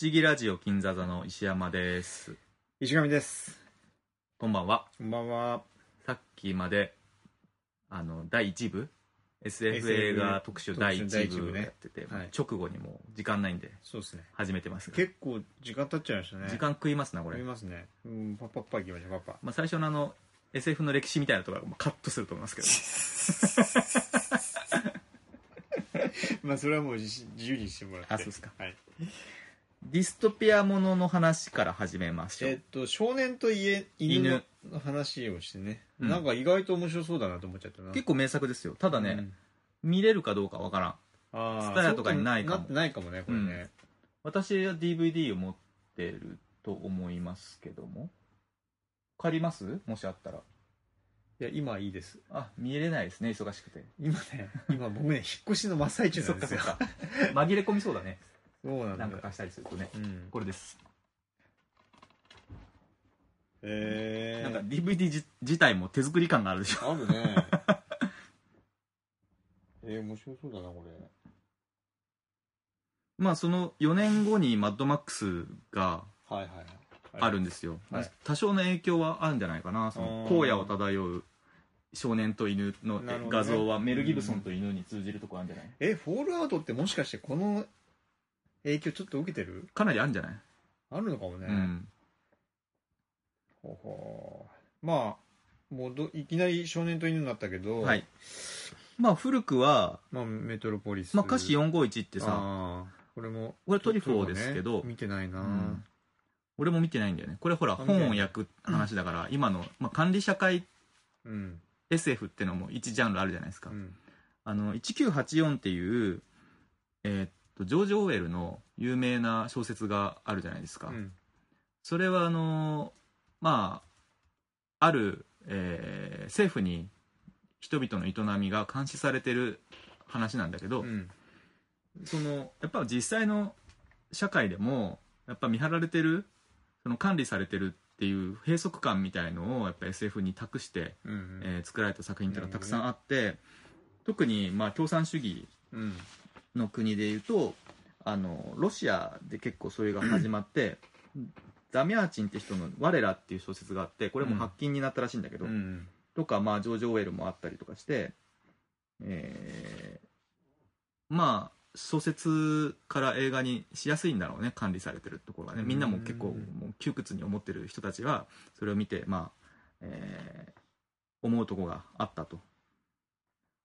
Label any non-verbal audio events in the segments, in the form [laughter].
思議ラジオ金座座の石山です石上です。こんばんはこんばんは。さっきまであの第1部 SF 映画特集第特集第1一部部ねやってて、はい直後にもう時間ないんでそうですね。始めてますが結構時間経っちゃいましたね。時間食いますなこあれ、りますね。うん、パッパッパ行きましょう、パッパ。まあ、最初のあの SF の歴史みたいなところはカットすると思いますけどまあ、それはもう自自由にしてもらって。あそうっすかはい。ディストピアものの話から始めましょえうっと、少年と家犬の話をしてね。うんなんか意外と面白そうだなと思っちゃったな。結構名作ですよただ構ね、見れるかどうかわからんああ。スタヤとかにないかもそうってないかもね、これね。私は DVD を持ってると思いますけども借りますもしあったらいや、今はいいです。あ見れないですね忙しくて今ね、今僕ね、引っ越しの真っ最中なん [laughs] ですよ。そっかそっか紛れ込みそうだねそうななんんかだ。貸したりするとねうん。これです、えなんかー。 DVD じ自体も手作り感があるでしょあるね。 [laughs] えー、面白そうだな、これ。 [laughs] まあその4年後にマッドマックスがはいはいはい。あるんですよ、はい多少の影響はあるんじゃないかなそのあー荒野を漂う少年と犬のなるほどね画像はメル・ギブソンと犬に通じるとこあるんじゃない、え、フォールアウトってもしかしてこの影響ちょっと受けてるかなりあるんじゃない、あるのかもね。うんほほーまあ、もうどいきなり少年と犬になったけど、はいまあ古くは、まあ、メトロポリス。まあ、歌詞451ってさ、あーこれも。これトリフォーですけどそうだね見てないな、うん俺も見てないんだよねこれほらあ見てない本を焼く話だから、今の、まあ、管理社会うん。 SF ってのも一ジャンルあるじゃないですか、うん。あの1984っていう、えーっとジョージ・オーウェルの有名な小説があるじゃないですか、うん。それはあのまあある、えー政府に人々の営みが監視されてる話なんだけど、うん。そのやっぱ実際の社会でもやっぱ見張られてるその管理されてるっていう閉塞感みたいのをやっぱ SF に託して、うん。えー作られた作品っていうのがなたくるほどさねんあって、特にまあ共産主義うん。の国でいうとあのロシアで結構それが始まって、ザミャーチンって人の「我ら」っていう小説があってこれも発禁になったらしいんだけど、うん。とか、まあ、ジョージ・オーウェルもあったりとかして、えーまあ、小説から映画にしやすいんだろうね、管理されてるところがね。みんなも結構、うんもう窮屈に思ってる人たちは、それを見て、まあ、えー思うとこがあったと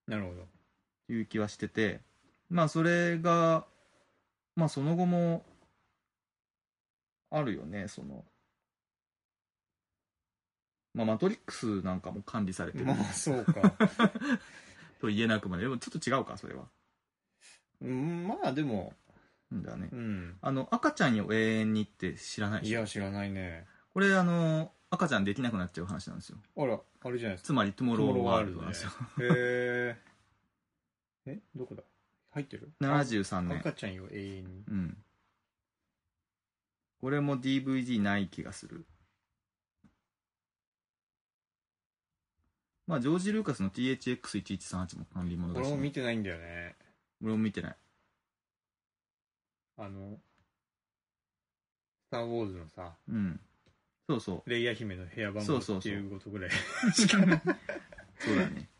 なるほど。いう気はしてて、まあ、それが、まあ、その後も、あるよね、その、まあ、マトリックスなんかも管理されてるまあ、そうか。 [laughs] と言えなくまででもちょっと違うかそれはうんまあ、でも、うんだねうん。あの赤ちゃんよ永遠にって知らないでいしょや、知らないね。これあの赤ちゃんできなくなっちゃう話なんですよあら、あれじゃないですかつまりトゥモローワールドなんですよ、へえ。え、どこだ入ってる73年赤ちゃんよ、永遠に。うんこれも DVD ない気がするまあジョージ・ルーカスの THX1138 も管理者だこれし、も見ね、てないんだよね。俺も見てないあの、スター・ウォーズのさ、うんそうそうレイヤー姫の部屋番そ号うそうそうっていうことぐらい。 [laughs] そうだね。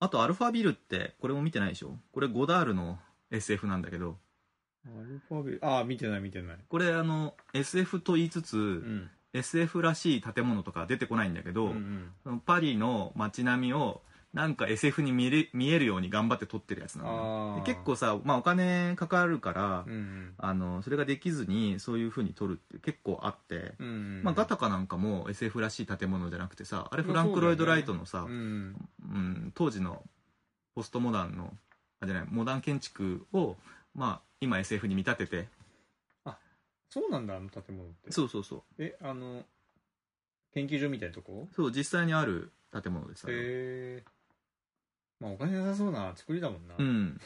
あと、アルファビルって、これも見てないでしょこれ、ゴダールの SF なんだけど、アルファベああ、見てない見てない。これ、あの、SF と言いつつ、うん。 SF らしい建物とか出てこないんだけうど、んそのパリの街並みを、なんか SF に見れ見えるように頑張って撮ってるやつなのね、あーで結構さ、まあ、お金かかるから、うん。うんあのそれができずにそういう風に撮るって結構あって、うん。うん。まあ、ガタカなんかも SF らしい建物じゃなくてさあれフランク・ロイド・ライトのさ、うん。うん、当時のポストモダンのあじゃないモダン建築を、まあ、今 SF に見立ててそうなんだ、あの建物って。そうそうそうえ、あの、研究所みたいなとこそう実際にある建物でさ、へえ。まあ、お金なさそうな作りだもんな。うん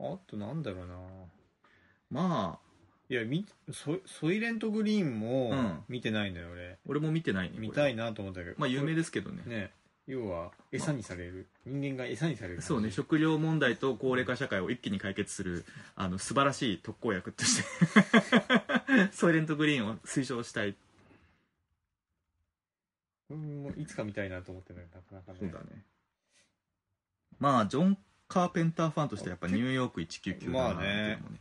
あとなんだろうなまあいやみソソイレントグリーンうもん見てないのよ俺俺も見てないね見たいいなと思ったけどまあ有名でですけどねね要は餌にされる、人間が餌にされるそうね食料問題と高齢化社会を一気に解決するあの素晴らしい特効薬として [laughs] ソイレントグリーンを推奨したいうんもういつか見たいなと思ってるのよなかなかねそうだねまあジョン・カーペンターファンとしてはやっぱニューヨーク1997まあっていねうのもね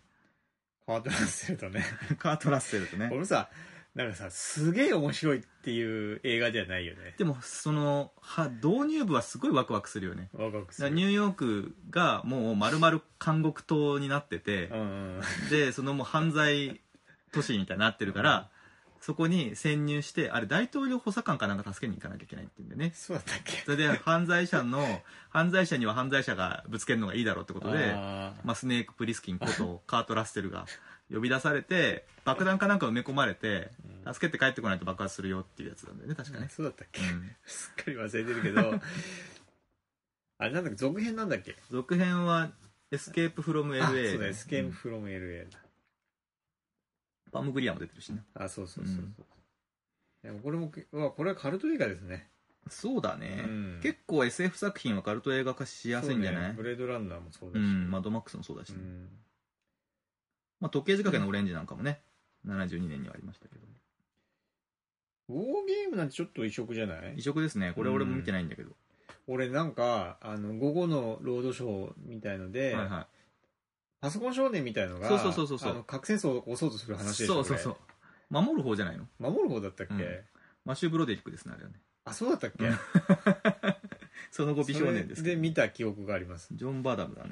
カートラッセルとねカート・ラッセルとね俺さなんかさすげえ面白いっていう映画じゃないよねでもそのは導入部はすごいワクワクするよねワクワクだすからるニューヨークがもう丸々監獄島になっててうんうんでそのもう犯罪都市みたいになってるからそこに潜入してあれ大統領補佐官かなんか助けに行かなきゃいけないって言うんでねそうだったっけそれで犯罪者の [laughs] 犯罪者には犯罪者がぶつけるのがいいだろうってことであーまあ、スネーク・プリスキン [laughs] ことカート・ラッセルが呼び出されて爆弾かなんか埋め込まれてうん助けて帰ってこないと爆発するよっていうやつなんだよね確かね、そうだったっけ、うんすっかり忘れてる [laughs] けどあれなんだっけ続編なんだっけ続編は「エスケープ・フロム・あ LA で」そうだよスケームうんフロム LA だ、パム・グリアも出てるしねあそうそうそうそう、でもこれもうわこれはカルト映画ですね、そうだね、うん結構 SF 作品はカルト映画化しやすいんじゃなそいうう,、ねブレードランナーもそうだし、んマッドマックスもそうだし、うんまあ、時計仕掛けのオレンジなんかもね72年にはありましたけどウォーゲームなんてちょっと異色じゃない異色ですねこれ俺も見てないんだけど、俺なんかあの午後のロードショーみたいので、はいはパソコン少年みたいのがそうそうそうそうそうあの核戦争を起こそうとするい話でしそょうそうそう守る方じゃないのこれ守る方だったっけ、うんマシュー・ブロデリックですねあれはねあそうだったっけ、うんその後美少年ですそけれでど見た記憶がありますジョン・バダムだね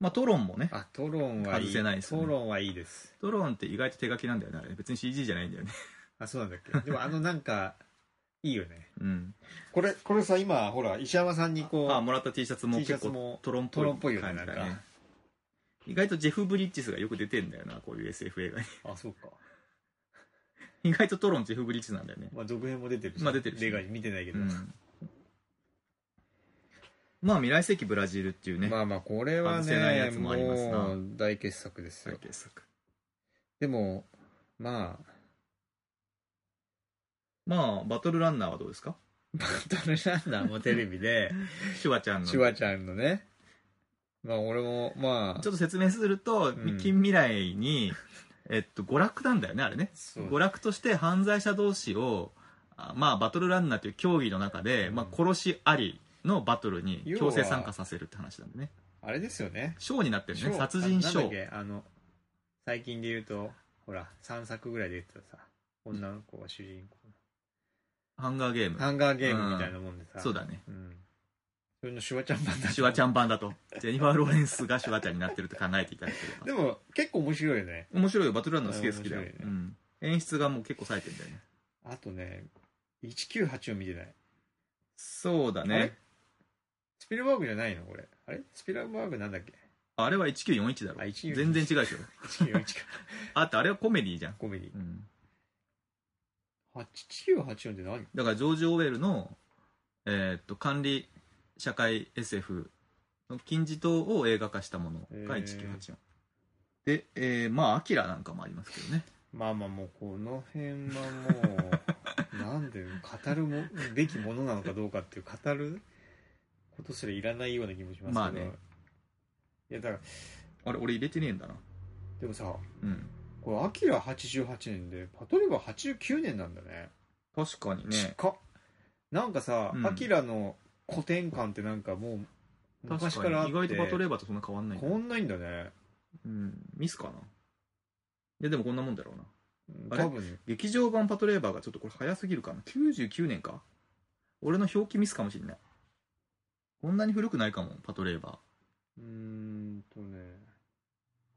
まあトロンもねあトロンはいい外せないですねトロンはいいですトロンって意外と手書きなんだよねあれ別に CG じゃないんだよねあそうなんだっけでもあのなんかいいよねうんこれこれさ今ほら石山さんにこうあもらった T シャツも T シャ結ツ構もトロンっトロンっぽぽいいよね感じなだんねか意外とジェフ・ブリッジスがよく出てんだよなこういう SF 映画にあそうか、 [laughs] 意外とトロンジェフ・ブリッジスなんだよね、まあ、続編も出てるし、まあ出てるし映画に見てないけうど、ん、まあ未来世紀ブラジルっていうね、まあまあこれは外せないやねつももありますなう大傑作ですよ、最傑作でもまあ [laughs] まあバトルランナーはどうですかバトルランナーもテレビでシュワちゃんのシュワちゃんのねまあ俺もまあちょっと説明すると、ん近未来に、えっと、娯楽なんだよねあれねそう娯楽として犯罪者同士をあまあバトルランナーという競技の中で、うんまあ、殺しありのバトルに要強は制参加させるって話なんでねあれですよねショーになってるショねー殺人シあョなんだーっけあの最近で言うとほら3作ぐらいで言ってたさ女の子が主人公ハンガーゲームハンガーゲームみたいなもんでさそうだねうんそれのシュワちゃん版だシュワちゃんん版だとジェニファー・ローレンスがシュワちゃんになってると考えていただけれでも結構面白いよねば面白いよバトルランナー好きで好きだよ、面白ういん、演出がもう結構冴えてんだよねあとね198を見てないそうだあれねスピルバーグじゃないのこれあれスピルバーグなんだっけあれは1941だろあ1941全然違うでしょ191か [laughs] あとあれはコメディじゃん、コメディうん、 8984って何だからジョージ・オウェルの、えーっと管理社会 SF の金字塔を映画化したものがへー1984で、えーまあアキラなんかもありますけどねまあまあもうこの辺はもうなんで語るもべきものなのかどうかっていう語ることすらいらないような気もしますけど、まあねいやだからあれ俺入れてねえんだなでもさうんこれアキラ88年でパトレバ89年なんだね確かにね近っなんかさ、うんアキラの古典感ってなんかもう昔確かからあっにて意外とバトレーバーとそんな変わんないんだ変わんないんだねうんミスかないやでもこんなもんだろうなあれ多分劇場版パトレーバーがちょっとこれ早すぎるかな99年か俺の表記ミスかもしんないこんなに古くないかもパトレーバうーんとね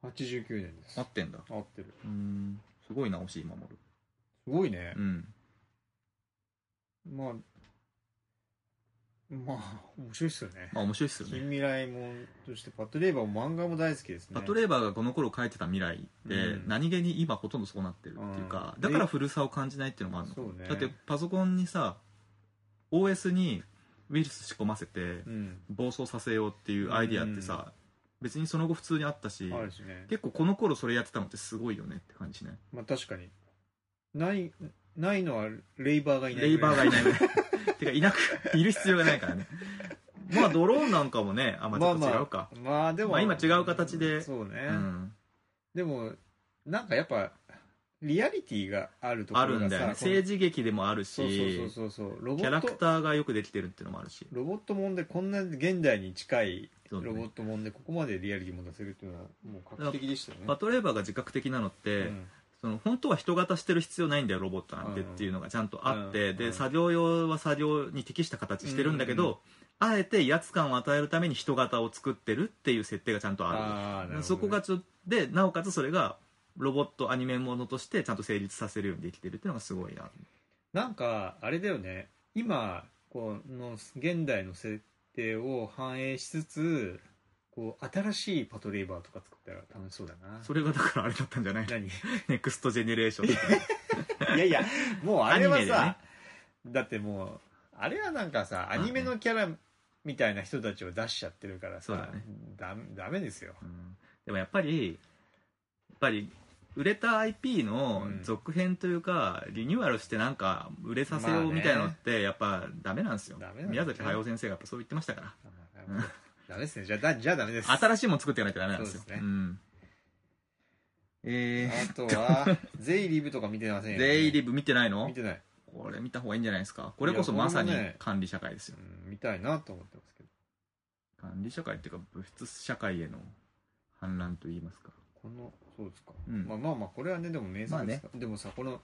89年ですー合ってんだ合ってるうんすごいな押井守るすごいね、うんまあ、まあ、面白いっすよね。まあ面白いっすよ近ね未来もんとして、パトレーバーも漫画も大好きですね。パトレーバーがこの頃書いてた未来って、うん何気に今ほとんどそうなってるっていうか、うんだから古さを感じないっていうのもあるのかそうねだってパソコンにさ OS にウイルス仕込ませてうん。暴走させようっていうアイディアってさ、別にその後普通にあったし、あるしね。結構この頃それやってたのってすごいよねって感じねまあ確かに。ない、ないのはレイバーがいないレイバーがいないぐらい [laughs] てかいなくいる必要がないからねまあドローンなんかもねあまあちょっと違うか、まあでも、まあ今違う形でそうね、うん、でもなんかやっぱリアリティがあるとこあろるがんさだよねこの政治劇でもあるしそうそうそうそうそうロボキャラックトターがよくできてるっていうのもあるしロボットもんでこんな現代に近いそうだロねボットもんでここまでリアリティも出せるっていうのはもう画期的でしたよねパトレーバーが自覚的なのって、うんその本当は人型してる必要ないんだよロボットなんてっうんていうのがちゃんとあって、うんで、うん作業用は作業に適した形してるんだけど、うんあえて威圧感を与えるために人型を作ってるっていう設定がちゃんとああーなるるほどねそこがちょでなおかつそれがロボットアニメものとしてちゃんと成立させるようにできてるっていうのがすごいななんかあれだよね今この現代の設定を反映しつつこう新しいパトレーバーとか作ったら楽しそうだなそれがだからあれだったんじゃない何 [laughs] ネクストジェネレーションっていやいやもうあれはアニメでねさ、だってもうあれはなんかさアニメのキャラみたいな人たちを出しちゃってるからそうさだねだダメですようんでもやっぱりやっぱり売れた IP のうん続編というか、リニューアルしてなんか売れさせようみたいなのってやっぱダメなんですよ、ダメなんだね宮崎駿先生がやっぱそう言ってましたからうんダメですねじゃあだじゃあダメです新しいもの作っていかなきゃダメなんですよそうですねんえあ [laughs] とはゼイリブとか見てませんー、よ、デイリブブ見てないの見てない、これ見た方がいいんじゃないですかこれこそまさにいや俺もね管理社会ですよ、うん、見たいなと思ってますけど管理社会っていうか物質社会への反乱といいますかこのそうですか、うんまあまあまあこれはねでも名作ですからでもさこの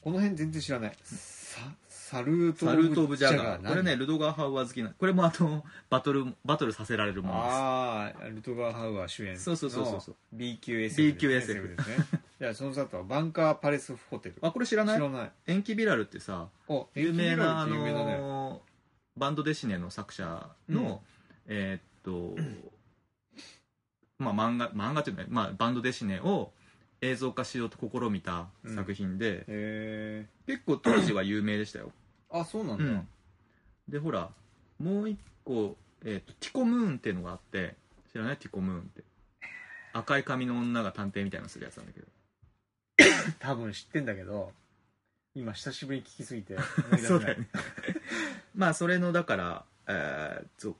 この辺全然知らないササルート・サルート・オブ・ジャガー何これねルドガー・ハウアー好きなこれもあのバトルバトルさせられるものですああルトガー・ハウアー主演のそうそうそうそうそう BQSF ですね BQSF ですねじゃあその後はバンカー・パレス・ホテルあこれ知ら知ないらない延期ビラルってさお有名なあエンキビラルって有名だねのバンドデシネの作者の、えーっとまあ漫画漫画というか、まあ、バンドデシネを映像化しようと試みた作品で、へ結構当時は有名でしたよ、ーあそうなんうだ、ん、でほらもう一個、えーっとティコムーンっていうのがあって知らないティコムーンって赤い髪の女が探偵みたいなのするやつなんだけど多分知ってんだけど今久しぶりに聞きすぎ [laughs] て [laughs] そうだよね [laughs] まあそれのだから、えー続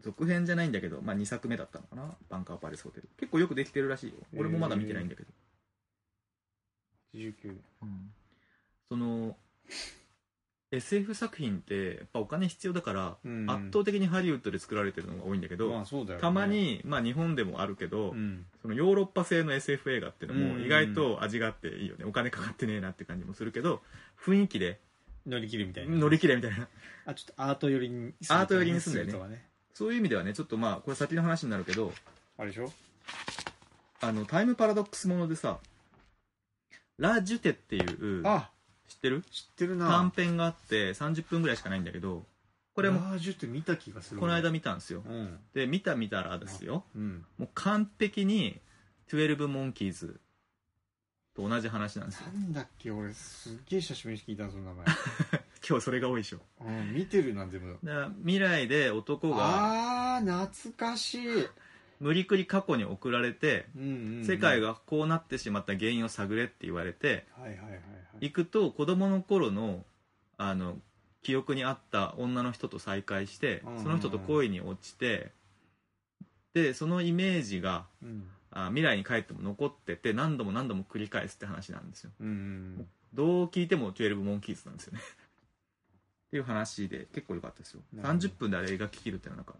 続編じゃないんだけど、まあ、2作目だったのかな「バンカーパレスホテル」結構よくできてるらしいよ俺もまだ見てないんだけど、 19うんその SF 作品ってやっぱお金必要だから、うん圧倒的にハリウッドで作られてるのが多いんだけど、まあそうだよねたまに、まあ、日本でもあるけど、うんそのヨーロッパ製の SF 映画っていうのうもん意外と味があっていいよねお金かかってねえなって感じもするけど雰囲気で乗り切るみたいな乗り切れみたいなあちょっとアート寄りにするアート寄りにすんだよねとかねそういう意味ではねちょっとまあこれ先の話になるけどあれでしょあのタイムパラドックスものでさ「ラ・ジュテ」っていうあ知ってる知ってるな短編があって30分ぐらいしかないんだけどこれもラージュって見た気がするこの間見たんですようんで見た見たらですようんもう完璧に「12モンキーズ」と同じ話なんですよなんだっけ俺すっげえ久しぶりに聞いたその名 [laughs] 今日それが多いでしょ前 [laughs] うん見てるなでもだから未来で男があー懐かしい無理くり過去に送られてうんうんうん世界がこうなってしまった原因を探れって言われて、はいはいはいはい行くと子供の頃のあの記憶にあった女の人と再会してうんうんうんその人と恋に落ちてでそのイメージがうんあ未来に帰っても残ってて何度も何度も繰り返すって話なんですようんうんどう聞いても12モンキーズなんですよね [laughs] っていう話で結構良かったですよなるほど30分であれ描ききるっていうのはなん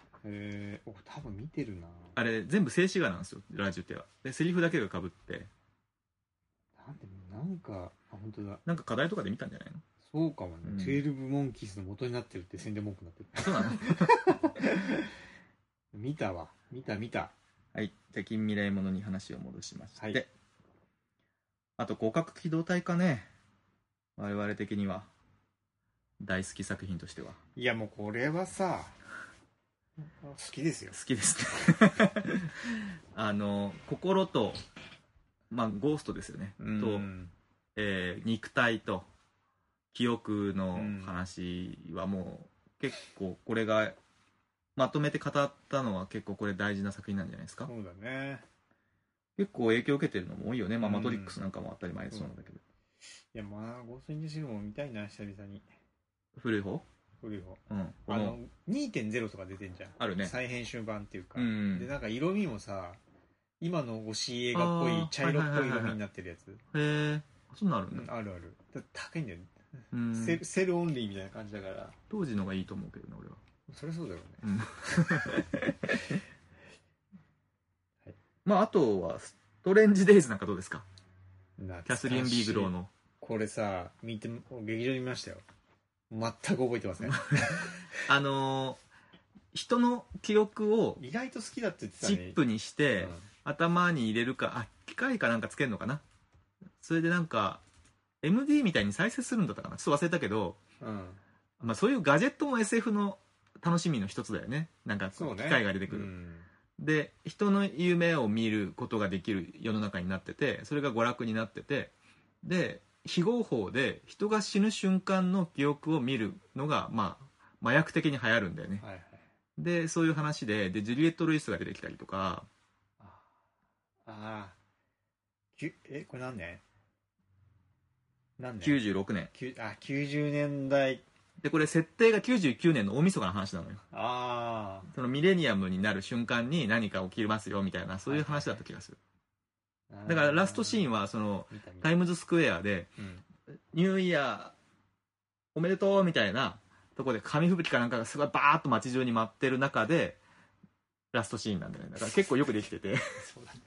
かえーお多分見てるなあれ全部静止画なんですよラジオテはでセリフだけがかぶってなんでなんかあ本当だなんか課題とかで見たんじゃないのそうかもね、うん12モンキーズの元になってるって宣伝文句になってるそうなの見たわ見た見たはい、じゃあ近未来ものに話を戻しまして、はいあと互角機動隊かね我々的には大好き作品としてはいやもうこれはさ好きですよ好きですね [laughs] あの心とまあゴーストですよね、と、えー肉体と記憶の話はもう結構これがまとめて語ったのは結構これ大事な作品なんじゃないですか、そうだね結構影響を受けてるのも多いよね、まあ、うんマトリックスなんかも当たり前そうなんだけど、いやまあゴーストインデシルも見たいな久々に古い方古い方うん。こあのの、 2.0とか出てんじゃん、あるね。再編集版っていうか、うんでなんか色味もさ今の推し映画っぽあいー茶色っぽいはいはいはい色はい味になってるやつ、へえ。そんなんあるうんんだ。あるあるだ高いんだよね、うんセルセルオンリーみたいな感じだから当時のがいいと思うけどね、俺は。そりゃそうだよねうん。まあ、あとは、ストレンジデイズなんかどうですか懐キャかしスいリン・ビーグローの。これさ見て劇場に見ましたよ全く覚えてませ [laughs] んあのー人の記憶を意外と好きだって言ってたチねップにして、うん頭に入れるか、あ、機械かなんかつけるのかなそれでなんか、MD みたいに再生するんだったかなちょっと忘れたけど、うん、まあそういうガジェットも SF の楽しみの一つだよね。なんか、機そうね械が出てくうる。んで、人の夢を見ることができる世の中になってて、それが娯楽になってて、で、非合法で人が死ぬ瞬間の記憶を見るのが、まあ、麻薬的に流行るんだよね。はいはいで、そういう話で、で、ジュリエット・ルイスが出てきたりとか、ああーきゅえこれ何年何年96年。きゅあ90年代で、これ設定が99年の大晦日の話なのよ。あそのミレニアムになる瞬間に何か起きますよみたいな、そういう話だった気がする。あだからラストシーンはは、その、見た見たタイムズスクエアで、うんニューイヤー、おめでとうみたいなとこで紙吹雪かなんかがすごいバーッと街中に舞ってる中で、ラストシーンなんだよね。だから結構よくできてて。そうだね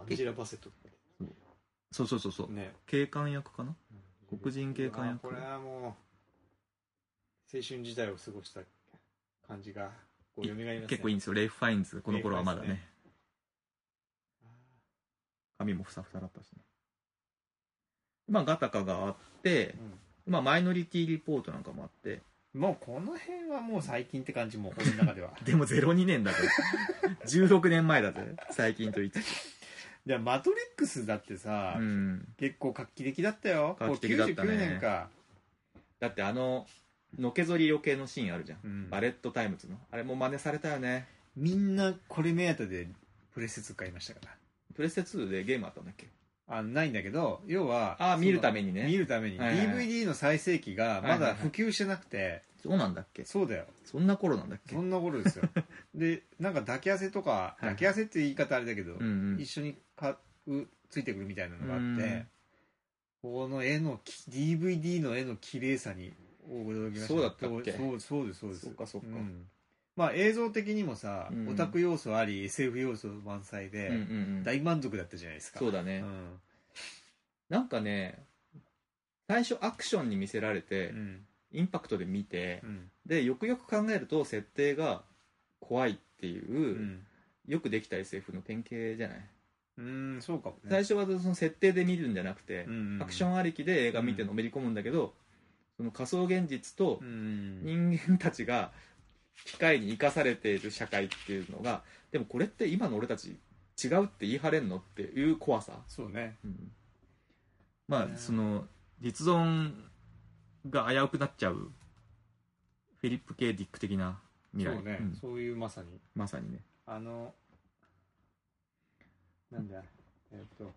アンジェラ・バセットとかそうそうそうそう。ね警官役かな黒人警官役これはもう青春時代を過ごした感じがこう蘇りますね結構いいんですよ。レイフ・ファインズ、この頃はまだレイフね。髪もふさふさだったしね。まあ、ガタカがあって、まあ、マイノリティリポートなんかもあって、うんもうこの辺はもう最近って感じもうこの [laughs] 中ではでも02年 [laughs] だぜ。16年前だぜ。最近と言って。でマトリックスだってさ、うん。結構画期的だったよ画期的だったねこう99年か、だってあの、のけぞり余計のシーンあるじゃん。うんバレットタイムズの。あれも真似されたよね。みんなこれ目当てでプレステ2買いましたからプレステ2でゲームあったんだっけあないんだけど要はあーその見るためにね見るために、はいはいはい DVD の最盛期がまだ普及してなくて、そうなんだっけそうだよそんな頃なんだっけそんな [laughs] 頃ですよでなんか抱き合わせとかい抱き合わせって言い方あれだけど、うんうん一緒に買うついてくるみたいなのがあって、うんこの絵のき DVD の絵の綺麗さに驚きましたそうだったっけそうそうですそうですそっかそっかんまあ映像的にもさ、うんオタク要素あり SF 要素満載で、うんうんうん。大満足だったじゃないですかそうだね。うんなんかね、最初アクションに見せられて、うんインパクトで見てう、んで、よくよく考えると設定が怖いっていう、うんよくできた SF の典型じゃない、うんそうかも最ね初はその設定で見るんじゃなくて、アクションンありきで映画見てのめり込むんだけど、その仮想現実とうん人間たちが機械に生かされている社会っていうのがでもこれって今の俺たち違うって言い張れんのっていう怖さ、そうねうんまあねその実存が危うくなっちゃうフィリップ・K ・ディック的な未来そうね、うんそういうまさにまさにねあの、なんだ、えーっ、と、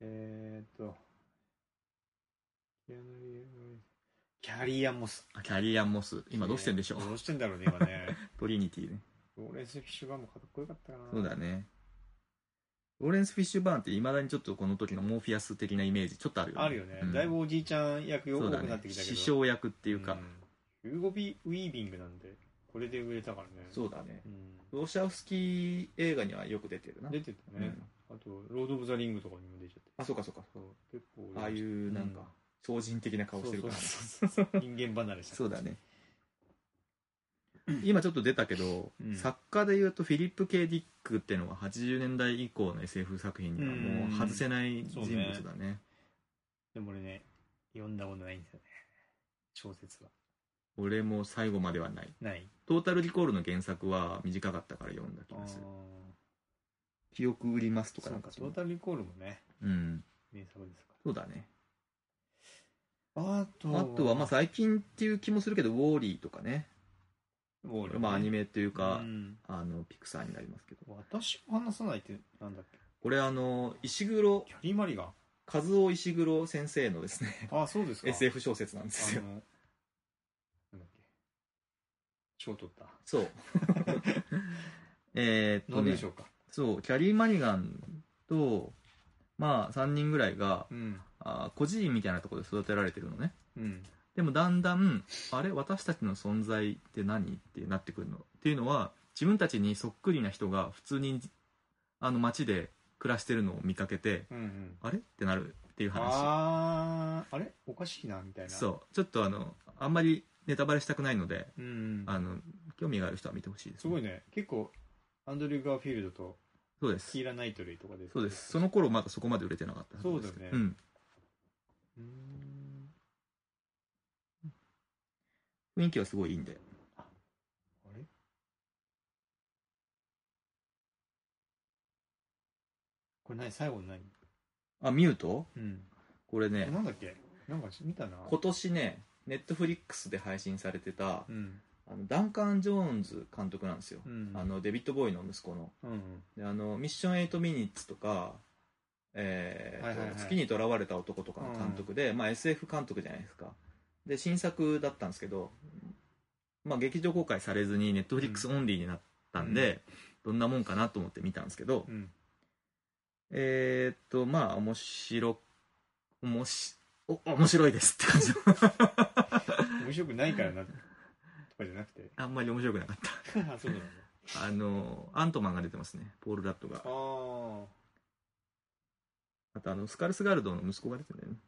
えーっ、と、キアヌリーブスキャリアモス。あキャリアン・モス今どうしてんでしょうどうしてんだろうね、今 [laughs] ね。トリニティねローレンス・フィッシュバーンもかっこよかったかな。そうだね。ローレンス・フィッシュバーンっていまだにちょっとこの時のモーフィアス的なイメージちょっとあるよね。あるよね、うんだいぶおじいちゃん役そ多うくだねなってきたけど。師匠役っていうか、うん。ユーゴビ・ウィービングなんで、これで売れたからね。そうだね。うん。ロシャウスキー映画にはよく出てるな。出てたうね、んあと、ロード・オブ・ザ・リングとかにも出ちゃって。あ、そうかそうか。そう、結構。ああいうなんか、超人的な顔してるから。そうそうそう [laughs] 人間離れしたそうだね。今ちょっと出たけど、うん作家でいうとフィリップ・ケイ・ディックっていうのは80年代以降の SF 作品にはもう外せない人物だね。でも俺ね読んだことないんですよね小説は俺も最後まではない。ないトータルリコールの原作は短かったから読んだ気がする。記憶売りますととかかなんんかかそトうータルリコールもねうん名作ですかそうだねらあとあとはまあ最近っていう気もするけどウォーリーとかねもうねまあアニメっていうか、うんあのピクサーになりますけど私を話さないってなんだっけこれあの石黒キャリーマリガン和尾石黒先生のですね、あ、そうですか。 SF 小説なんですあよ。の、なんだっけ。賞取った。そう。 [laughs] えーっとノーベねル、賞か。そう、キャリー・マニガンと、まあ、3人ぐらいが、うん。あー孤児院みたいなところで育てられてるのね。うん。でもだんだん、あれ私たちの存在って何ってなってくるの。っていうのは、自分たちにそっくりな人が普通に、あの街で暮らしてるのを見かけて、うんうん。あれってなるっていう話。あー、あれおかしいな、みたいな。う。そう。ちょっとあの、あんまりネタバレしたくないので、うん。あの、興味がある人は見てほしいです、すごいね。結構、アンドリュー・ガーフィールドとそうですキ。ーラ・ナイトレイとかで。そうです。その頃まだそこまで売れてなかったはずですけどそうだよねん。うーん。雰囲気はすごいいいんで。あれこれ何最後の何あ、ミュートうん。これえね、なんだっけなんか見たな。今年ね、ネットフリックスで配信されてたう、ん。あのダンカン・ジョーンズ監督なんですよ。うん。あ、のデビッド・ボーイの息子のうんうん。であのミッション8ミニッツとか、えーはいはいはい月にとらわれた男とかの監督で、まあ、SF 監督じゃないですかで新作だったんですけど、まあ、劇場公開されずにネットフリックスオンリーになったんで、どんなもんかなと思って見たんですけど、うん。えーっとまあ面白おもしお面白いですって感じ面白くないからな、とかじゃなくて。 [laughs] あんまり面白くなかっ [laughs] あ、そうなんだ。たあのアントマンが出てますねポール・ラッドがああ。あとあの、スカルスガルドの息子が出てるんだよね。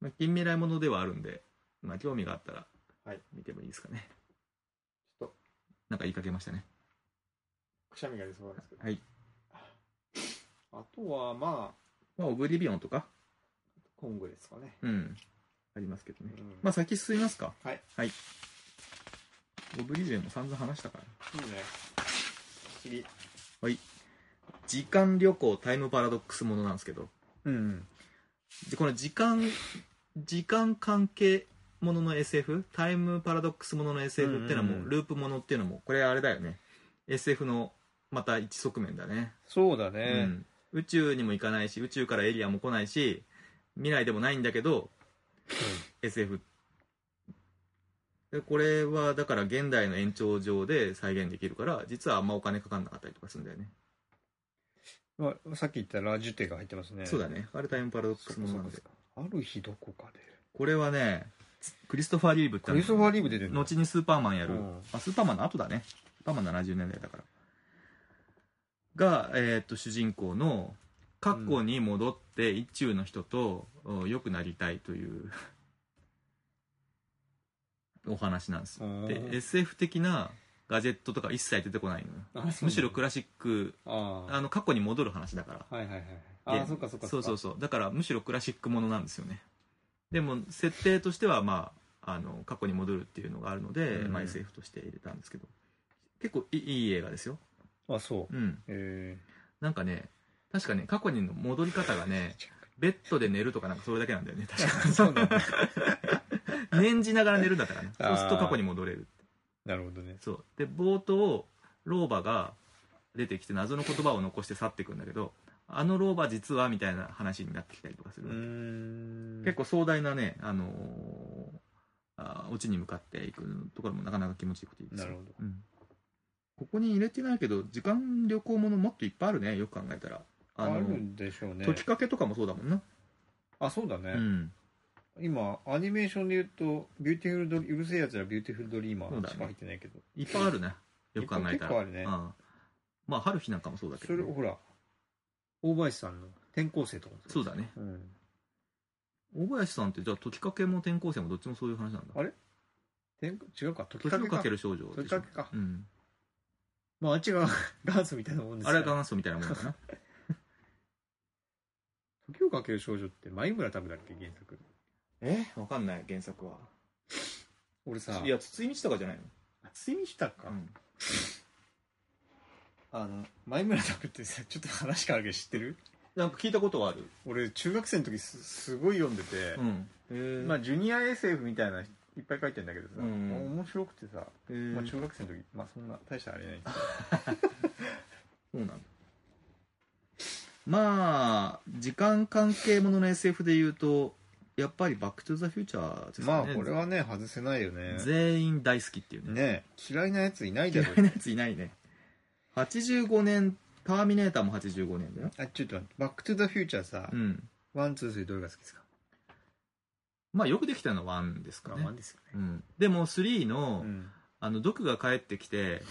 まあ、近未来ものではあるんで、まあ、興味があったらはい、見てもいいですかね。ちょっとなんか言いかけましたね。くしゃみが出そうなんですけど。はい。あとは、まあ、まあ、オブリビオンとか、今後ですかね。うん、ありますけどね。うんまあ、先進みますか。はい。はい。オブリビオンも散々話したから。いいね。次。時間旅行、タイムパラドックスものなんですけど、うん。でこの時間、時間関係ものの SF、タイムパラドックスものの SF ってのはもう、うんうんうんループものっていうのも、これあれだよね。SF のまた一側面だね、そうだうね。ん宇宙にも行かないし、宇宙からエイリアンも来ないし、未来でもないんだけど、SF。でこれはだから現代の延長上で再現できるから、実はあんまお金かかんなかったりとかするんだよね。まあ、さっき言ったラジュテが入ってますね。そうだね。あれタイムパラドックそスこもそのなこんそでこ。。ある日どこかで。これはね、クリストファー・リーブってあクのリストファー・リーブ出てるの後にスーパーマンやる、うんあスーパーマンの後だねスーパーマン70年代だからが、えーっと主人公の過去に戻って一中の人とうん良くなりたいという [laughs] お話なんですようんで SF 的なガジェットとか一切出てこないのよあそうなんだむしろクラシックあああの過去に戻る話だからはいはいはい。あであ、そっかそっか。そうそうそうだからむしろクラシックものなんですよねでも設定としてはまああの過去に戻るっていうのがあるので、うんまあ、SF として入れたんですけど結構いいいい映画ですよう。あ、そう。うんえなんかね確かね過去にの戻り方がねベッドで寝るとかなんかそれだけなんだよね確かえ。 [laughs] そうなんだ。 [laughs] 念じながら寝るんだからねあーそうすると過去に戻れるなるほどね。そうで冒頭老婆が出てきて謎の言葉を残して去っていくんだけどあの老婆実はみたいな話になってきたりとかすうる、ーん。結構壮大なね、あのーあーオチに向かっていくところもなかなか気持ちいいこといいですよなるほどうんここに入れてないけど時間旅行ものもっといっぱいあるねよく考えたらあのあるんでしょうね。解きかけとかもそうだもんな、あ、そうだね。うん今アニメーションで言うと「ビューティフルドリうるせえやつらビューティフルドリーマそうー」だねしか入ってないけどいっぱいあるねよく考えた結構らあるねうんまあ春日なんかもそうだけそどれね、ほら大林さんの転校生とかもそうだねうん、大林さんってじゃあ解きかけも転校生もどっちもそういう話なんだあ転校違うか時時かをけかかける少女でしょ時かけかうん、まああっちが元祖みたいなもんですあれはが元祖みたいなもんか [laughs] な時をかける少女って前村拓だっけ原作えわかんない原作は俺さいや筒井道隆じゃないのあ堤下か、うんあの前村拓ってさちょっと話変わるけど知ってるなんか聞いたことはある俺中学生の時すすごい読んでて、うんへえまあジュニア SF みたいないっぱい書いてんだけどさ、うん面白くてさ、へえまあ、中学生の時まあそんな大したあれないそうなんだまあ時間関係ものの SF で言うとやっぱり「バック・トゥ・ザ・フューチャー」ですかまあねこれはね外せないよね全員大好きっていうねね嫌いなやついないだ嫌いろ [laughs] なやついないね85年「ターミネーター」も85年だよあちょっと待ってバック・トゥ・ザ・フューチャーさうんワンツースリーどれが好きですかまあよくできたのは1ですかね、ですようん、でも3の,、うんあの毒が帰ってきて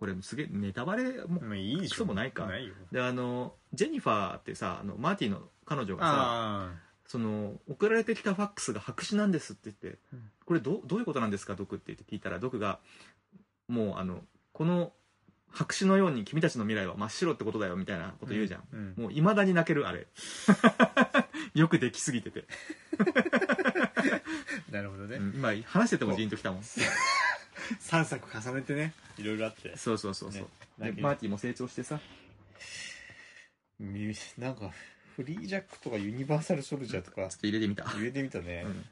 これすげえネタバレもまあいいでしょクソもないかないよであのジェニファーってさあのマーティの彼女がさああその送られてきたファックスが白紙なんですって言って、うんこれどうどういうことなんですか毒って言って聞いたら毒がもうあのこの白紙のように君たちの未来は真っ白ってことだよみたいなこと言うじゃん、うんもういまだに泣けるあれ [laughs] よくできすぎてて、なるほどねうん今話しててもジーンときたもん3作重ねてねいろいろあってそうそうそうそう、ねで泣けるマーティも成長してさみなんかフリージャックとかユニバーサル・ソルジャーとかちょっと入れてみた入れてみたねうん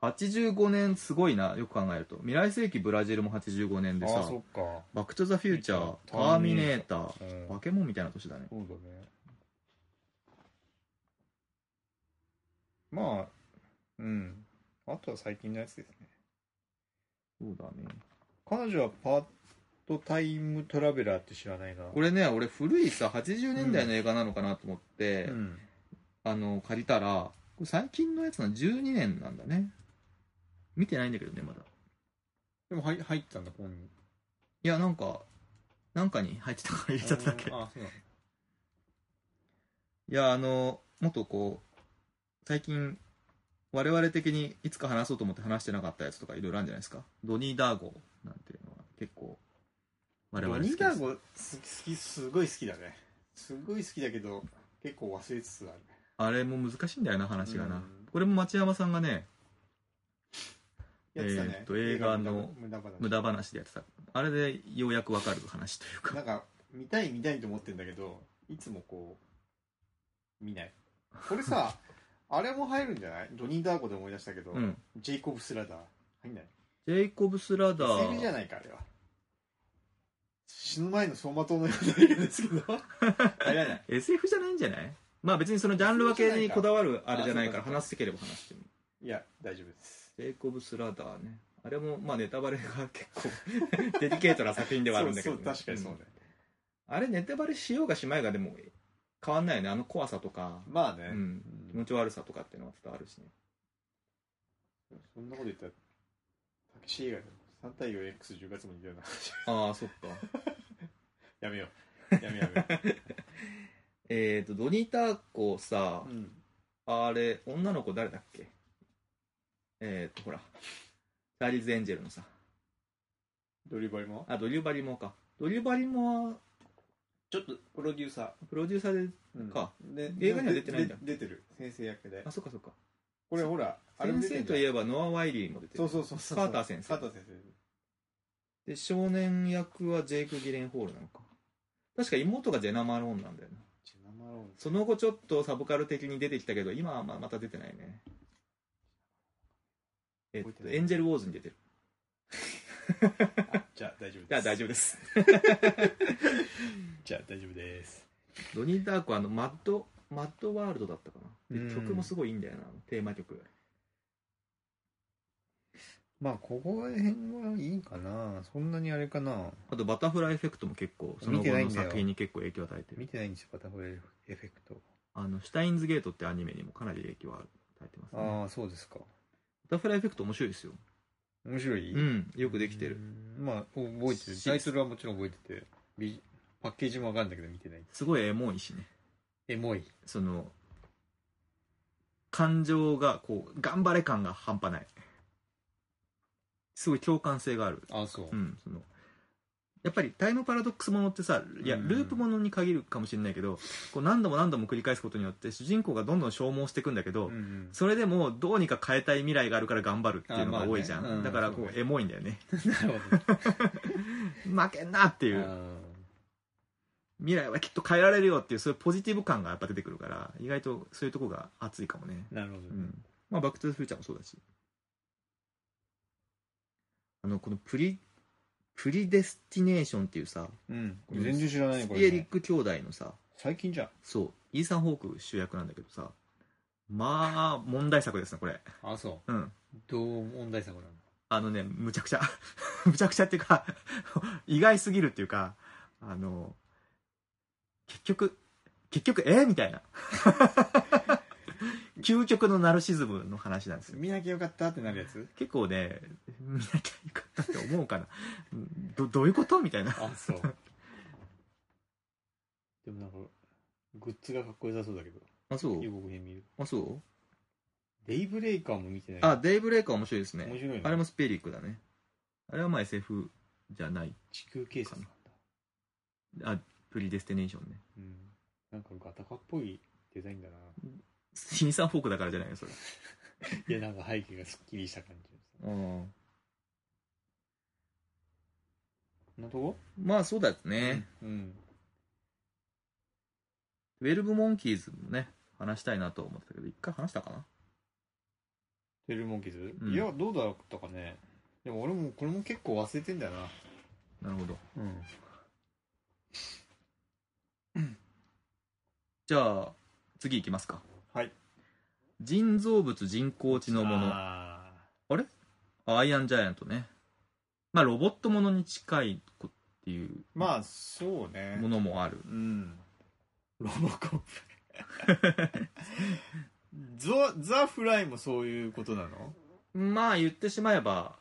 85年すごいなよく考えると未来世紀ブラジルも85年でああさそっかバック・トゥ・ザ・フューチャータターーミミネネーーターうん化け物みたいな年だねそうだねまあうんあとは最近のやつですねそうだね彼女はパートタイムトラベラーって知らないなこれね俺古いさ80年代の映画なのかなと思って、うんあの借りたらこれ最近のやつの12年なんだね見てないんだけどねまだでも入入ってたんだ本にいやなんかなんかに入ってたから入れちゃっただけあそうないやあのもっとこう最近我々的にいつか話そうと思って話してなかったやつとかいろいろあるんじゃないですかドニー・ダーゴなんていうのは結構我の々ド好きニでーすダーゴす好きすごい好きだねすごい好きだけど結構忘れつつあるあれも難しいんだよな話がな、うんこれも町山さんがねやってたねえーっと映画の無駄話無駄話でやってたあれでようやくわかる話というかなんか見たい見たいと思ってんだけどいつもこう見ないこ [laughs] れさあれも入るんじゃないドニー・ダーゴで思い出したけど、うんジェイコブ・スラダー入んないジェイコブスラダ SF [laughs] じゃーないかあれは死ぬ前の走馬灯のような映画ですけど入らない SF じゃないんじゃないまあ別にそのジャンル分けにこだわるあれじゃないからあそうかそうか話してければ話してもいや大丈夫ですジェイコブスラダーねあれもまあネタバレが結構デリケートな作品ではあるんだけど、ね、そうそう確かにそうね、あれネタバレしようがしまいがでも変わんないよねあの怖さとか、まあね、うん、気持ち悪さとかっていうのは伝わるしねそんなこと言ったらタクシー映画で3対 4X10 月も似たような [laughs] 話ああそっかやめようやめようやめよえっ、とドニータコさう、うん、あれ女の子誰だっけえっ、とほらチャーリーズ・エンジェルのさドリバリもあドリューバリモかドリューバリモはちょっとプロデューサープロデューサーでかで映画には出てないんだ出てる先生役であそっかそっかこれほらあれも先出て生んとだいえばノア・ワイリーも出てるそうそうそうそうカーター先生カーター先で少年役はジェイク・ギレンホールなのか確か妹がジェナ・マローンなんだよな生ジェナマローンその後ちょっとサブカル的に出てきたけど今はまあまた出てないねえっ覚えてとないエンジェル・ウォーズに出てるじゃあ大丈夫ですじゃあ大丈夫 [laughs] ですじゃあ大丈夫ですドニー・ダークはあのマッドマッドワールドだったかなでうん曲もすごいいいんだよなテーマ曲まあここら辺はいいかなそんなにあれかなあとバタフライエフェクトも結構その後見てないのんだよ作品に結構影響を与えてる見てないんですよバタフライエフェクトあのシュタインズゲートってアニメにもかなり影響を与えてますねバああそうですかタフライエフェクト面白いですよ面白いうんよくできてるうんまあ覚えてるタイトルはもちろん覚えててビパッケージもわかるんだけど見てないすごいエモいしねエモいその感情がこう頑張れ感が半端ないすごい共感性があるああそう、うんそのやっぱりタイムパラドックスものってさいやうんループものに限るかもしれないけどこう何度も何度も繰り返すことによって主人公がどんどん消耗していくんだけど、うんうんそれでもどうにか変えたい未来があるから頑張るっていうのが多いじゃん、あまあねうんだからこそううねエモいんだよねなる [laughs] ほどっ負けんなってていう未来はきっと変えられるよっていうそういうポジティブ感がやっぱ出てくるから意外とそういうとこが熱いかもねなるほどね、うんまあ、バック・トゥ・ザ・フューチャーもそうだしあのこのプリ「プリデスティネーション」っていうさうんこの全然知らないスねこピエれリッね。ク兄弟のさ最近じゃんそうイーサン・ホーク主役なんだけどさまあ問題作ですねこれあそうんうどう問題作なのあのねむちゃくちゃ [laughs] むちゃくちゃっていうか [laughs] 意外すぎるっていうかあの結局結局えみたいな [laughs] 究極のナルシズムの話なんですよ見なきゃよかったってなるやつ結構ね見なきゃよかったって思うかなどどういうことみたいなあそう [laughs] でもなんかグッズがかっこよさそうだけどあそ予告編見るあそうデイブレイカーも見てないあデイブレイカー面白いですね面白いねあれもスペリックだねあれはまあ SF じゃない地球警察なんだあプリデスティネーションね [laughs] うんなんかガタカっぽいデザインだなシンサンフォークだからじゃないよそれいやなんか背景がすっきりした感じうんそんなとこまあそうだね、うんウェルブモンキーズもね話したいなと思ってたけど一回話したかなテルモンキーズ、うんいやどうだったかねでも俺もこれも結構忘れてんだよななるほどうんじゃあ次行きますかはい人造物人工知のものあアイアンジャイアントねまあロボットものに近いこっていうーまあそうねものもあるうんロボコップ [laughs] ゾザ・フライもそういうことなのまあ言ってしまえば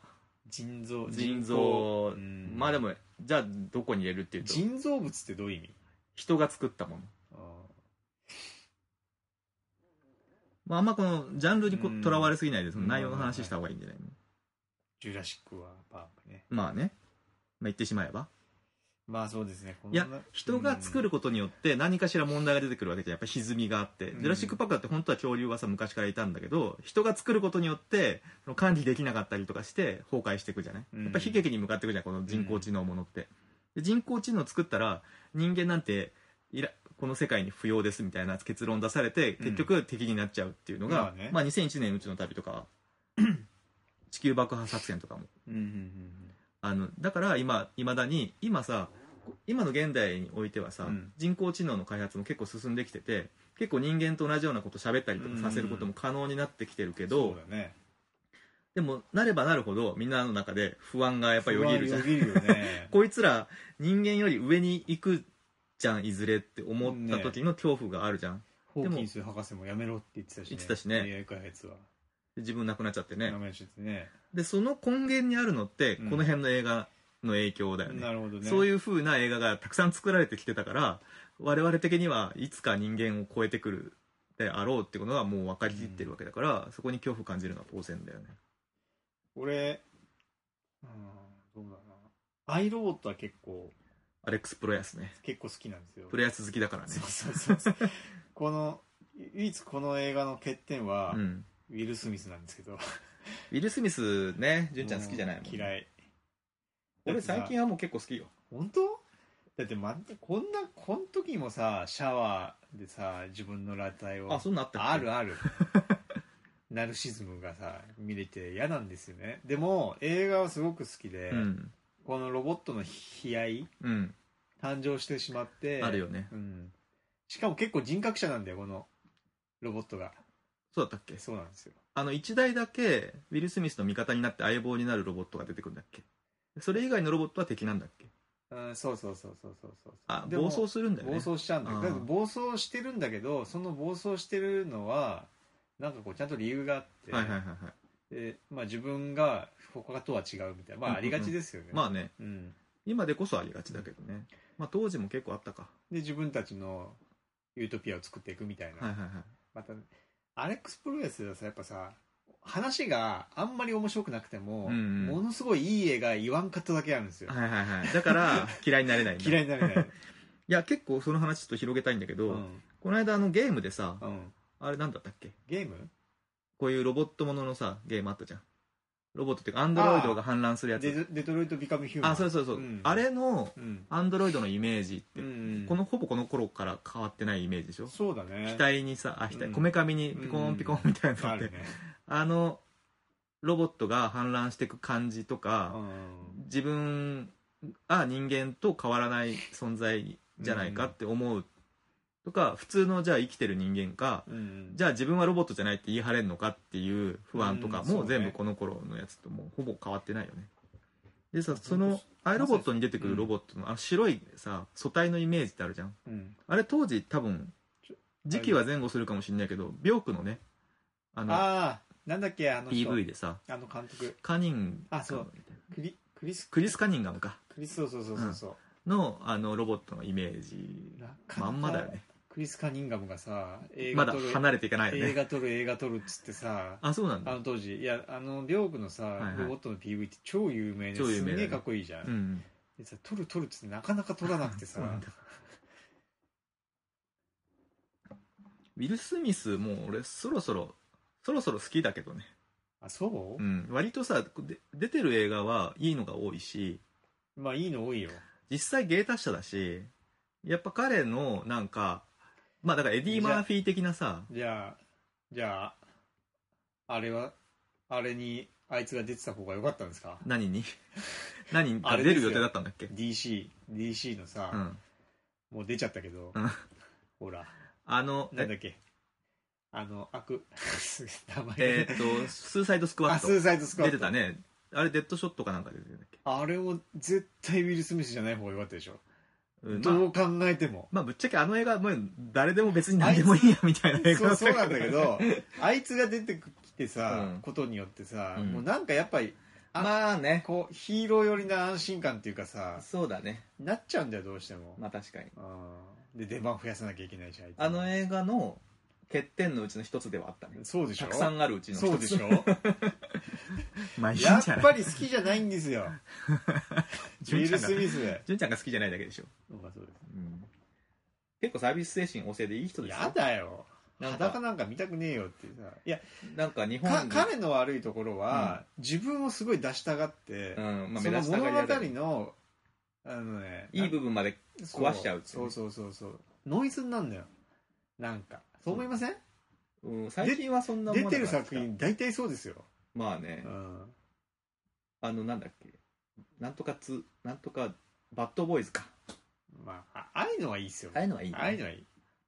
腎臓腎臓うんまあでもじゃあどこに入れるっていうと腎臓物ってどういう意味人が作ったもの、あまあ、あんまこのジャンルにこうんとらわれすぎないでそのうん内容の話した方がいいんじゃないのジュラシックはパークねまあね、まあ、言ってしまえばまあそうですねこんいなや人が作ることによって何かしら問題が出てくるわけじゃんやっぱ歪みがあって、うんジュラシック・パークだって本当は恐竜はさ昔からいたんだけど人が作ることによってその管理できなかったりとかして崩壊していくじゃない、うんやっぱ悲劇に向かっていくじゃんこの人工知能ものって、で人工知能を作ったら人間なんていらこの世界に不要ですみたいな結論出されて結局敵になっちゃうっていうのまが、あねまあ、2001年宇宙の旅とか [clears throat] 地球爆破作戦とかもうんうんうんあのだから今いまだに今さ今の現代においてはさ、うん人工知能の開発も結構進んできてて結構人間と同じようなこと喋ったりとかさせることも可能になってきてるけど、そうだねでもなればなるほどみんなの中で不安がやっぱよぎるじゃんそれはよぎるよね [laughs] こいつら人間より上に行くじゃんいずれって思った時の恐怖があるじゃん、ホーキンス博士もやめろって言ってたし、ね、言ってたしね AI 開発はで自分亡くなっちゃってやねめろって言ってねでその根源にあるのってうんこの辺の映画の影響だよね、なるほどねそうういう風な映画がたくさん作られてきてたから我々的にはいつか人間を超えてくるであろうっていうのがもう分かりきってるわけだから、そこに恐怖感じるのは当然だよね俺うんどうだなアイロボットは結構アレックス・プロヤスね結構好きなんですよプロヤス好きだからねそうそうそうそう [laughs] この唯一この映画の欠点は、うん、ウィル・スミスなんですけどウィル・スミスね純ちゃん好きじゃないもん、う嫌い俺最近はもう結構好きよ本当だってまたこんなこん時もさシャワーでさ自分の裸体をあそんなんあったっけあるあ [laughs] るナルシズムがさ見れて嫌なんですよねでも映画はすごく好きで、うん、このロボットの悲哀うん、誕生してしまってあるよねうん、しかも結構人格者なんだよこのロボットがそうだったっけそうなんですよあの1台だけウィル・スミスの味方になって相棒になるロボットが出てくるんだっけそれ以外のロボットは敵なんだっけうんそうそうそうそうそうそうあで暴も走するんだよ暴ね走しちゃうんだよあーだから暴走してるんだけどその暴走してるのはなんかこうちゃんと理由があって、はいはいはいはいでまあ、自分が他とは違うみたいな、まうんうんうあ、んありがちですよね、まあねうん、今でこそありがちだけどね、まあ、当時も結構あったかで自分たちのユートピアを作っていくみたいな、はいはいはいまたアレックス・プロレスはさやっぱさ話があんまり面白くなくても、うんうんものすごいいい映画言わんかっただけあるんですよ、はいはいはいだから嫌いになれないんだ [laughs] 嫌いいになれない、や結構 [laughs] その話ちょっと広げたいんだけうど、んこの間あのゲームでさうん、あれなんだったっけゲームこういうロボットもののさゲームあったじゃんロボットっていうかアンドロイドが氾濫するやデつトデトロイト・ビカム・ヒューマンあそうそうそう、んあれのうんアンドロイドのイメージって、うんこのほぼこの頃から変わってないイメージでしょそうだね額にさあ額うんこめかみにピコンピコンみたいなのあって、[laughs] るね、あのロボットが氾濫していく感じとか、うん自分が人間と変わらない存在じゃないかって思うとか普通のじゃあ生きてる人間かうんじゃあ自分はロボットじゃないって言い張れんのかっていう不安とかもうんそうね全部この頃のやつともうほぼ変わってないよね。でさそそうのアイロボッそトうに出てくるロボットのあの白いさ素体のイメージってあるじゃんうんあれ当時多分時期は前後するかもしれないけどビョークのねあのああなんだっけあの人 PV でさあの監督カニンガムあそうみたいなクリクリスクリス・カニンガムかクリスそうそうそうそうそう、のあのロボットのイメージなかなまかんまだよねクリス・カニンガムがさ映ま画だ撮る、離れていかないよ映ね画撮る映画撮るっつってさあそうなんあだの当時いやあのビョークのさ、はいロボットの PV って超有名で超有名だすねんげえかっこいいじゃん、うんでさ撮る撮るっつってなかなか撮らなくてさ [laughs] そうなんだウィル・スミスもう俺そろそろそろそろ好きだけどね、あそうう、ん、割とさで出てる映画はいいのが多いしまあいいの多いよ実際芸達者だしやっぱ彼のなんかまあだからエディ・マーフィー的なさじゃあじゃああれはあれにあいつが出てた方が良かったんですか何 [laughs] に何にああれ出でするよ予定だったんだっけ DCDC のさ、うんもう出ちゃったけど、うんほらあのなんだえっけあの悪 [laughs] 名前 [laughs] えーっとスーサイドスクワあスーッサイドストクワッ出トてたねあれデッドショットかなんかで出てるんだっけあれを絶対ウィル・スミスじゃない方が良かったでしょ、うんまあどう考え [laughs] てもまあぶっちゃけあの映画もう誰でも別に何でもいいやみたいな映画そだうったそうけなんだけどあいつが出てきてさ、うんことによってさ、うんもうなんかやっぱり [laughs] まあねこうヒーロー寄りな安心感っていうかさそうだねなっちゃうんだよどうしても、まあ確かにうんで出番増やさなきゃいけないしあいつあの映画の欠点のうちの一つではあったねそうでしょたくさんあるうちの一つそうでしょま [laughs] あいいんじやゃっなぱいり好きじゃないんですよウ [laughs] 純ィちゃル・んがスミス純ちゃんが好きじゃないだけでしょ、そうかそうですうん結構サービス精神旺盛でいい人ですよやだよなん裸かなんか見たくねえよってさいやなんか日か本に彼の悪いところは、自分をすごい出したがって、うんまあ、そ目の立ちたが物り屋語だよねのあのねいい部分まで壊しちゃうっていうそねうそうそうそうノイズになるのよなんかそう思いません、うん最近はそんな出なてかるった作品大体そうですよ、まあねうん、あのなんだっけなんとかつなんとかバッドボーイズかまああああいうのはいいっすよああいうのはいいねああいうのはいい、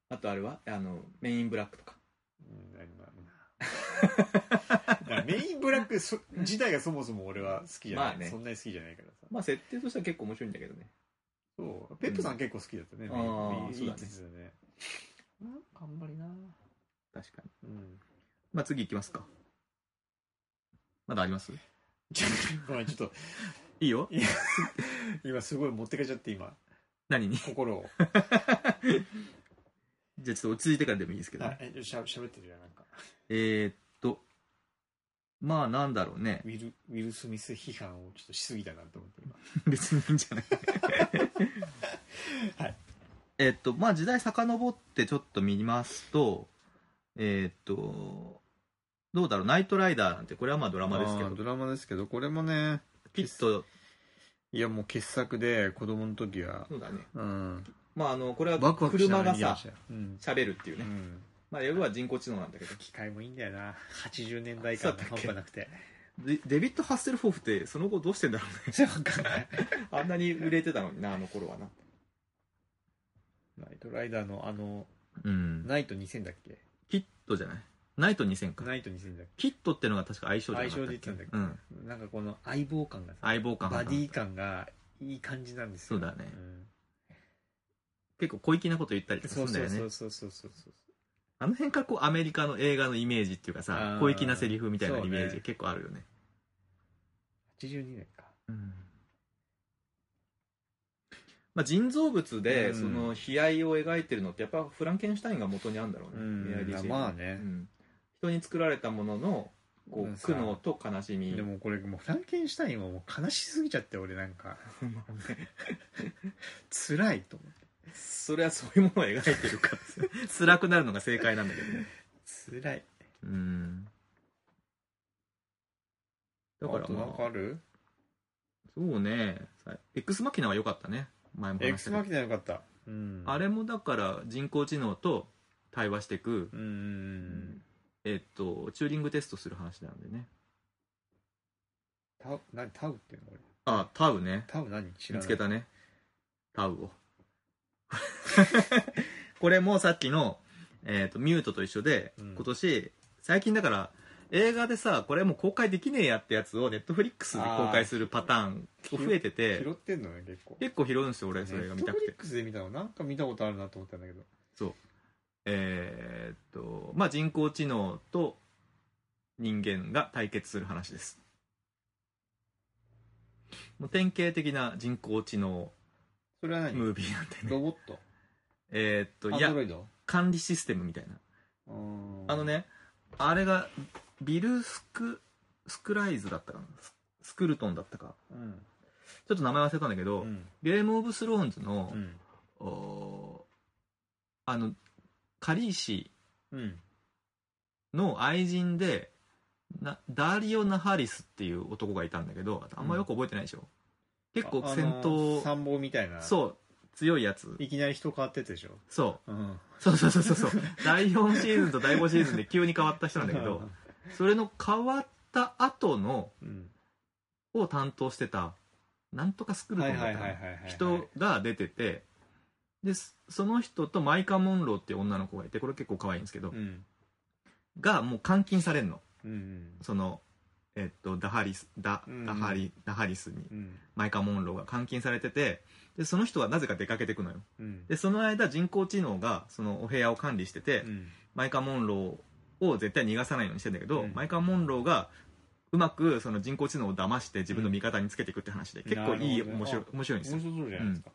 あとあれはあのメインブラックとかうんあのだ [laughs] からメインブラックそ自体がそもそも俺は好きじゃない、まあねそんなに好きじゃないからさまあ設定としては結構面白いんだけどねそうペップさん結構好きだったね、んメインあーいいそうだねって言ってたねなんかあんまりな確かにうんまあ次行きますかまだありますちょごめんちょっといいよ今すごい持ってかれちゃって今何に [laughs] 心をじゃあちょっと落ち着いてからでもいいですけどね、あえしゃしゃべってるじゃんなんかえー、っとまあなんだろうねウィルウィル・スミス批判をちょっとしすぎたなと思って今別にいいんじゃない [laughs] はいえっとまあ時代遡ってちょっと見ますとえっとどうだろう「ナイトライダー」なんてこれはまあドラマですけあーどドラマですけどこれもねピットいやもう傑作で子供の時はそうだねうんまああのこれはワクワクしな車ががら見てまさしたようん喋るっていううね、んまあ要は人工知能なんだけど機械もいいんだよな80年代そう感だっけ半端なく [laughs] てデデビッド・ハッセルフォーフってその後どうしてんだろう [laughs] ねわかんない [laughs] あんなに売れてたのになあの頃はなナイトライダーのあのうんナイト2000だっけキットじゃないナイト2000かナイト2000だっキットってのが確か相性じゃなかったっ相性で言ってたんだっけうん、けなんかこの相棒感がさ相棒感がバディ感がいい感じなんですよそうだねん結構小粋なこと言ったりとかするそうだんそようねそうそうそうそうそうあの辺からこうアメリカの映画のイメージっていうかさあー小粋なセリフみたいなそうイねメージ結構あるよね82年かまあ、人造物で、うんその悲哀を描いてるのってやっぱフランケンシュタインが元にあるんだろうね、うんメアリージェイまあねうん人に作られたもののこうんうさ苦悩と悲しみでもこれもうフランケンシュタインはもう悲しすぎちゃって俺なん [laughs] か辛いと思ってそれはそういうものを描いてる [laughs] から辛くなるのが正解なんだけどね辛いうんだかだかららなまんかああるそうねさ X マキナは良かったね前もエ話クしたけスどマキナよかった、うん、あれもだから人工知能と対話していく、うんうんうんえっとチューリングテストする話なんでねタウ何タウっていうの俺あタウねタウ何知ら見ないつけたねタウをこれもさっきの、えー、とミュートと一緒で、うん今年最近だから映画でさこれもう公開できねえやってやつをネットフリックスで公開するパターンあー増えてて拾ってんのね結構結構拾うんですよ俺それが見たくネットフリてッ。クスで見たのなんか見たことあるなと思ったんだけどそうえーっとまあ人工知能と人間が対決する話ですもう典型的な人工知能それは何ムービーなんでねロボットえーっとアいンやドロイド管理システムみたいなあのねあれがビル・スクスクライズだったかなススクルトンだったかうんちょっと名前忘れたんだけうど、んゲーム・オブ・スローンズのう、んおーあのカリーシうんの愛人でなダーリオ・ナハリスっていう男がいたんだけどあんまよく覚えてないでしょ、結構あ戦あの闘参謀みたいなそう強いやついきなり人変わってったでしょそうんうそうそうそうそう [laughs] そう第4シーズンと第5シーズンで急に変わった人なんだけどそれの変わった後の [laughs] うんを担当してたなんとかスクールはトいンだはっいたはいかはいなはい人が出ててでそその人とマイカ・モンローっていう女の子がいてこれ結構可愛いんですけど、うんがもう監禁されるのうんその、えっと、ダハリスダうんダハリ、ダハリスにうんマイカ・モンローが監禁されててでその人はなぜか出かけてくのようんでその間人工知能がそのお部屋を管理してて、うんマイカ・モンローを絶対逃がさないようにしてんだけど、うんマイカ・モンローがうまくその人工知能を騙して自分の味方につけていくって話で、結構いいなる面ほどね白い面白いんです面よ白そうじゃないですか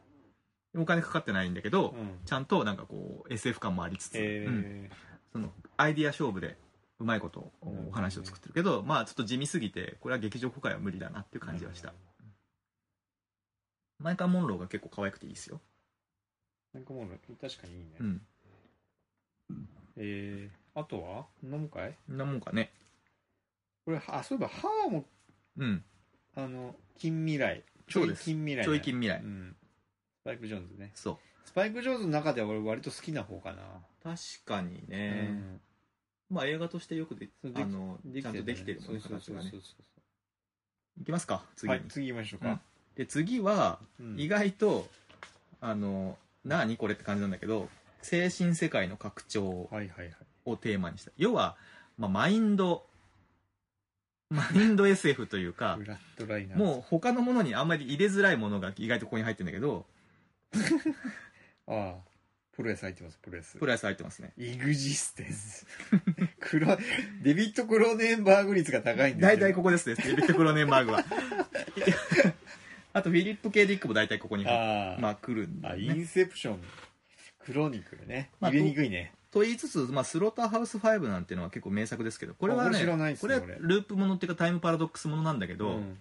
お金かかってないんだけど、うんちゃんとなんかこう SF 感もありつつ、うんえそのアイディア勝負でうまいことなるほどねお話を作ってるけど、まあちょっと地味すぎてこれは劇場公開は無理だなっていうー感じはした、マイカ・モンローが結構可愛くていいですよ、なんかもう確かにいいねうん、えーあとは飲むかいそんなもんかねこれあそういえば歯もうんあの近未来そうです近未来ちょい近未来、うんスパイク・ジョーンズねそうスパイク・ジョーンズの中では俺割と好きな方かな確かにうね、んまあ映画としてよくでそうできあのできちゃんとできてるもそんうねそう形そうがそねうそういきますか次はに、い次行きましょうかで次はうん意外と、あの何これって感じなんだけど精神世界の拡張はいはいはいをテーマにした要は、まあ、マインドマインド SF というかブラッドライナーもう他のものにあんまり入れづらいものが意外とここに入ってるんだけどああプロレス入ってますプロレスプロレス入ってますねイグジステンス [laughs] クロデビット・クローネンバーグ率が高いんですよ大体ここですねデビッド・クロネンバーグはあとフィリップ・ケディックも大体ここに入ってああ、まあ来るんだあ、よイねンセプションクロニクルねまあ入れにくいね、と言いつつ、まあ、スローターハウス5なんていうのは結構名作ですけどこれはあ俺ね知らないですこねれはループものっていうかタイムパラドックスものなんだけど、ん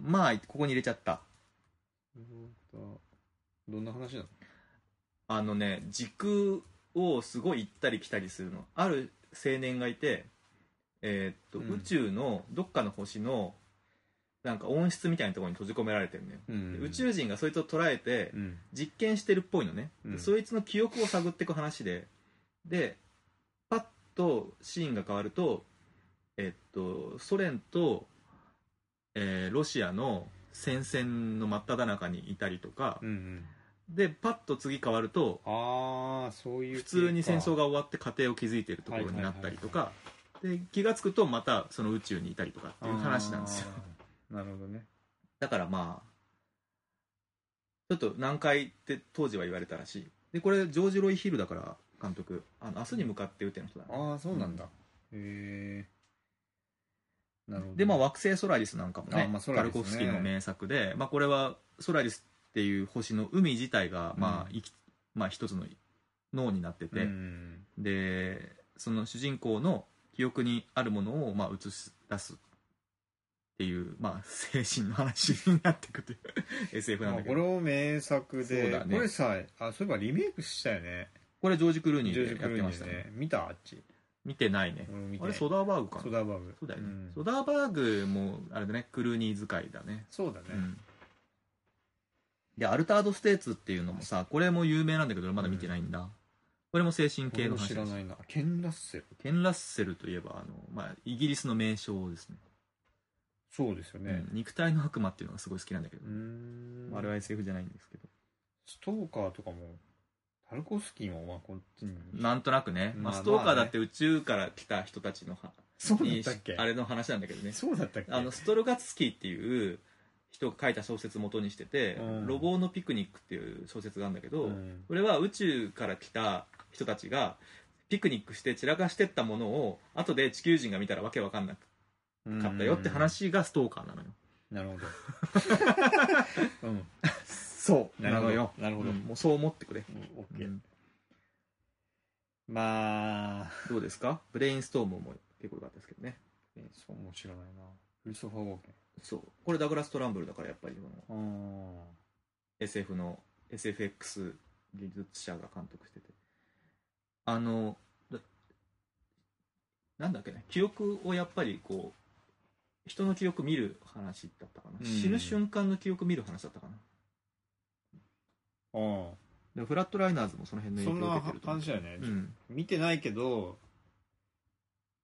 まあここに入れちゃったどんな話なのあのね時空をすごい行ったり来たりするのある青年がいて、えーっとうん宇宙のどっかの星のなんか温室みたいなところに閉じ込められてるのよ、で宇宙人がそいつを捉えてうん実験してるっぽいのね、でうんそいつの記憶を探っていく話ででパッとシーンが変わるとえっとソ連と、えーロシアの戦線の真っ只中にいたりとかう、んうんでパッと次変わるとああそういう普通に戦争がが終わって家庭を築いてるところになったりとかで気が付くとまたその宇宙にいたりとかっていう話なんですよなるほどねだからまあちょっと難解って当時は言われたらしいでこれジョージ・ロイ・ヒルだから監督あの明日に向かって打ての人だねああそうなんだ、へえなるほどでまあ惑星ソラリスなんかもあねまあソラカリルスねコフスキーの名作で、まあ、これはソラリスっていう星の海自体がまあ、う生きまあ、一つの脳になってて、うんでその主人公の記憶にあるものをまあ映し出すっていう、まあ、精神の話になっていくという [laughs] SF なんまあだけこどれも名作そうで、だねこれさあそういえばリメイクしたよねこれジョージ・クルーニジョージー・でクやっルてーまニしーたねね見たあっち見てないね俺も見てあれソダーバーグかなソダバーグそうだよね、んソダーバーグもあれだねクルーニー使いだねそうだね、うんでアルタード・ステーツっていうのもさこれも有名なんだけど俺まだ見てないんだ、これも精神系俺のも話知でらすないなケン・ラッセルケン・ラッセルといえばあの、まあ、イギリスの名将ですねそうですよねうん肉体の悪魔っていうのがすごい好きなんだけどう、んまああれは SF じゃないんですけどストーカーとかもタルコフスキーもまあこっちになんとなくね、まあ、まあストーカーだって宇宙から来た人たちのは、そうだっにたっけあれの話なんだけどねそうだったっけあのストロガツスキーっていう人が書いた小説元にしてて「うんロボのピクニック」っていう小説があるんだけど、うんこれは宇宙から来た人たちがピクニックして散らかしてったものを後で地球人が見たらわけわかんなかったよって話がストーカーな [laughs] のよ、なるほ [laughs] どうんそうななるほのどよなるほどうんもうそう思ってくれ、オッうケーんまあどうですかブレインストームも結構良かったですけどねそうも知らないなクリストファー・ウォーケンそうこれダグラス・トランブルだからやっぱりこのあー SF の SFX 技術者が監督しててあのだなんだっけね記憶をやっぱりこう人の記憶見る話だったかな、うん死ぬ瞬間の記憶見る話だったかなあーでフラットライナーズもその辺の影そん響なを受けてると思う話だよね、うん見てないけど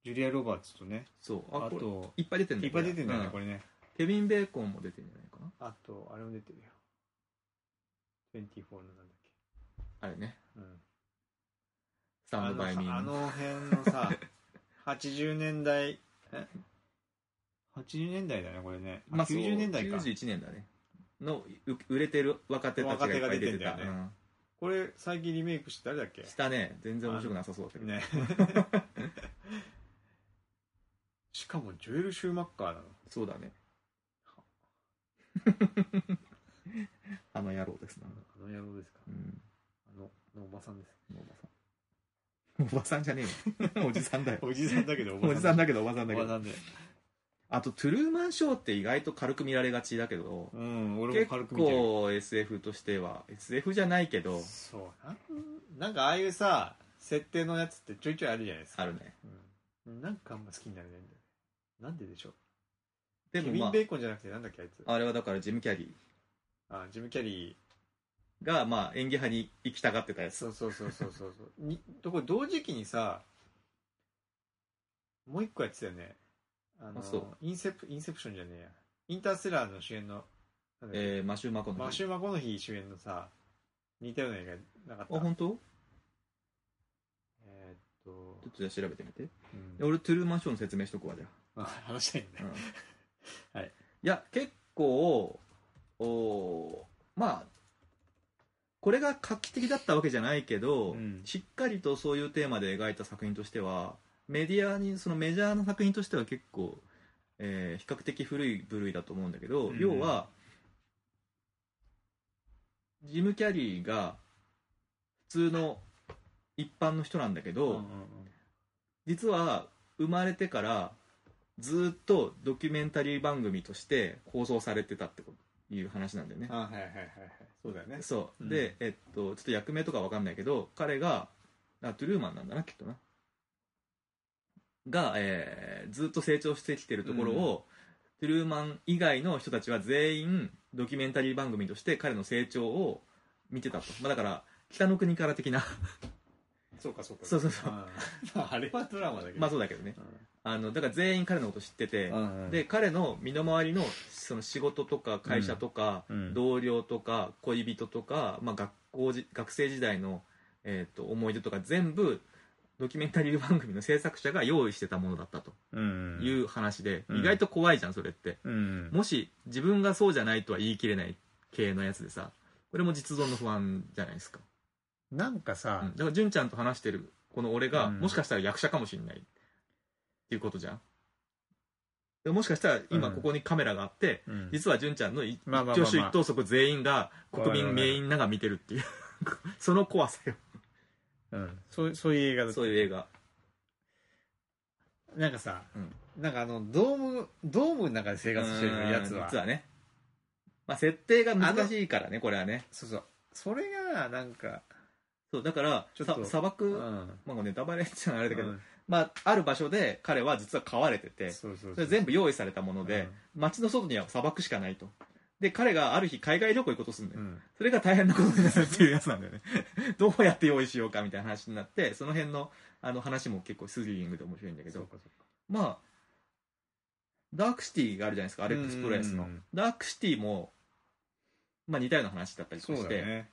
ジュリア・ロバーツとねそうああこれといっぱい出てんだいっぱい出てんだよねこれれねうんケビン・ベーコンも出てんじゃないかなあとあれも出てるよ24のなんだっけあれねうんスタンド・バイ・ミーのあのあの辺の [laughs] さ80年代え80年代だねこれね、あ、そう90年代か91年だねのう売れてる若手たちがいっぱい出てた若手が出てんだよねこれ最近リメイクして誰だっけうんしたね全然面白くなさそうだったけど、 [laughs] ねしかもジョエル・シューマッカーなのそう [laughs] だねあの野郎ですな、あの野郎ですかうん、あののおばさんですおばさんおばさんじゃねえ [laughs] よおじさんだよおじさんだ [laughs] けどおおじさんだだけどおばさんけだけどおどばさんであとトゥルーマンショーって意外と軽く見られがちだけどうん俺も結軽く見てる構 SF としては SF じゃないけどそうなんなんかああいうさ設定のやつってちょいちょいあるじゃないですかあるねうん、なんかあんま好きになれないんだよねなんででしょうでケもビまン・ベーコンじゃなくてなんだっけあいつああれはだからジム・キャリあジム・キャリーがまあ演技派に行きたがってたやーつそうそうそうそう [laughs] そうそうにとこれ同時期にさもう一個やってたよねあのあそうインセプインセプションじゃねえやインターステラーの主演のなんだっけえー、マシュー・マコのマシュー・マコノヒー主演のさ似たような映画なかあった本当ちょえーっとっ、とじゃあ調べてみてうん俺トゥルーマンショーの説明しとくわじゃまあ、話したいんだあ、[laughs] よねうんはいいや結構おーまあこれが画期的だったわけじゃないけど、うんしっかりとそういうテーマで描いた作品としてはメディアにそのメジャーな作品としては結構、えー比較的古い部類だと思うんだけど、うん要はジム・キャリーが普通の一般の人なんだけど、うんうんうん実は生まれてからずっとドキュメンタリー番組として放送されてたってこという話なんだよねあはいはいはいはいそうだよねそう、うんで、えっと、ちょっと役名とかわかんないけど彼があトゥルーマンなんだなきっとなが、えーずっと成長してきてるところを、トゥルーマン以外の人たちは全員ドキュメンタリー番組として彼の成長を見てたと、まあ、だから北の国から的なそうかそうかそうそうそうあーまああれはドラマだけどまあそうだけどねあのだから全員彼のこと知ってて、うんで彼の身の回りのその仕事とか会社とか、うんうん同僚とか恋人とか、まあ、学校じ学生時代の、えー、と思い出とか全部ドキュメンタリー番組の制作者が用意してたものだったとうんいうう話で、うん意外と怖いじゃんそれって、んもし自分がそうじゃないとは言い切れない系のやつでさこれも実存の不安じゃないですか、なんかさ、うんだから純ちゃんと話してるこの俺が、うんもしかしたら役者かもしれないっていうことじゃんでもしかしたら今ここにカメラがあって、うん実は純ちゃんのい一まあまあまあまあ挙手一投足全員が国民みんなが見てるっていうその怖さようんそうそういう映画だそういう映画なんかさ、うんなんかあのドームドームの中で生活してるやつうんは実はね、まあ、設定が難しいからねこれはねそうそうそれがなんかそうだからちょっさと砂う漠、んまあ、ネタバレっちゃあれだけど、うんまあ、ある場所で彼は実は飼われててそうそうそれ全部用意されたもの部で、街の外には砂漠しかないとで彼がある日海外旅行行こうとするんだようん、うんそれが大変なことですっていうやつなんだよね [laughs] どうやって用意しようかみたいな話になってその辺のあの話も結構スリリングで面白いんだけそうどかそうかまあダークシティがあるじゃないですかアレックス・プロレスのうんダークシティも、まあ、似たような話だったりとそかしうだて、ね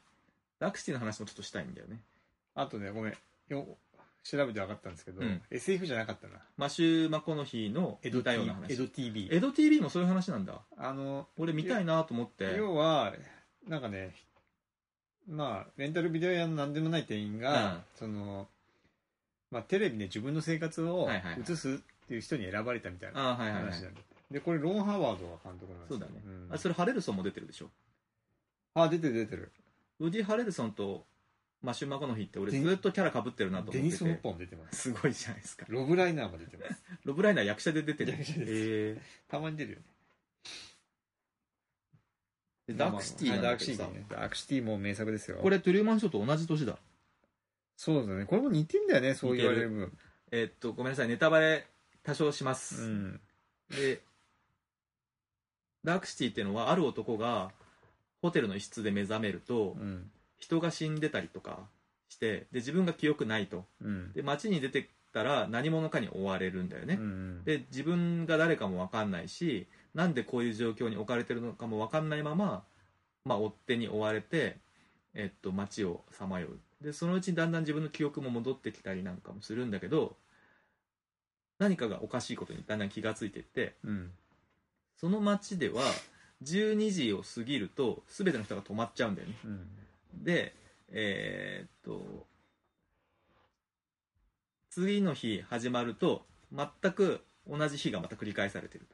ラクシティの話もちょっとしたいんだよね。あとね、ごめん。よ調べて分かったんですけど、うん SF じゃなかったな。マシュー・マコノヒーの似たような江話。戸 TV。江戸 TV もそういう話なんだ。あの、俺見たいなと思って。要は、なんかね、まあ、レンタルビデオ屋の何でもない店員が、うんその、まあ、テレビで自分の生活をはいはいはい映すっていう人に選ばれたみたいなあはい話はいなんはだいって、。で、これ、ロン・ハワードが監督なんですそようだね。んあそれ、ハレルソンも出てるでしょ。あ、出てる出てる。ウディ・ハレルソンとマシュー・マコノヒーって俺ずっとキャラ被ってるなとデ思っニてス・ホッて。パーも出てます。すごいじゃないですか。ロブ・ライナーも出てます。ロブライナー役者で出 [laughs] てる。役者ですえたまに出るよね。ーでダークシティはないんダだークけシどテさィね。ダークシティも名作ですよ。これトゥルーマンショーと同じ年だ。そうだね。これも似てんだよね、そう言われる分。えーっと、ごめんなさい。ネタバレ多少しまうす。ん。で、ダークシティっていうのはある男がホテルの一室で目覚めるとう、ん。人が死んでたりとかして、で、自分が記憶ないと。うん。で、街に出てったら何者かに追われるんだよね。うん、で自分が誰かも分かんないしなんでこういう状況に置かれてるのかも分かんないまま、まあ、追っ手に追われて、えっと、街をさまようでそのうちにだんだん自分の記憶も戻ってきたりなんかもするんだけど何かがおかしいことにだんだん気がついていってうん。その街では12時を過ぎると全ての人が止まっちゃうんだよねうん。でえーっと次の日始まると全く同じ日がまた繰り返されてる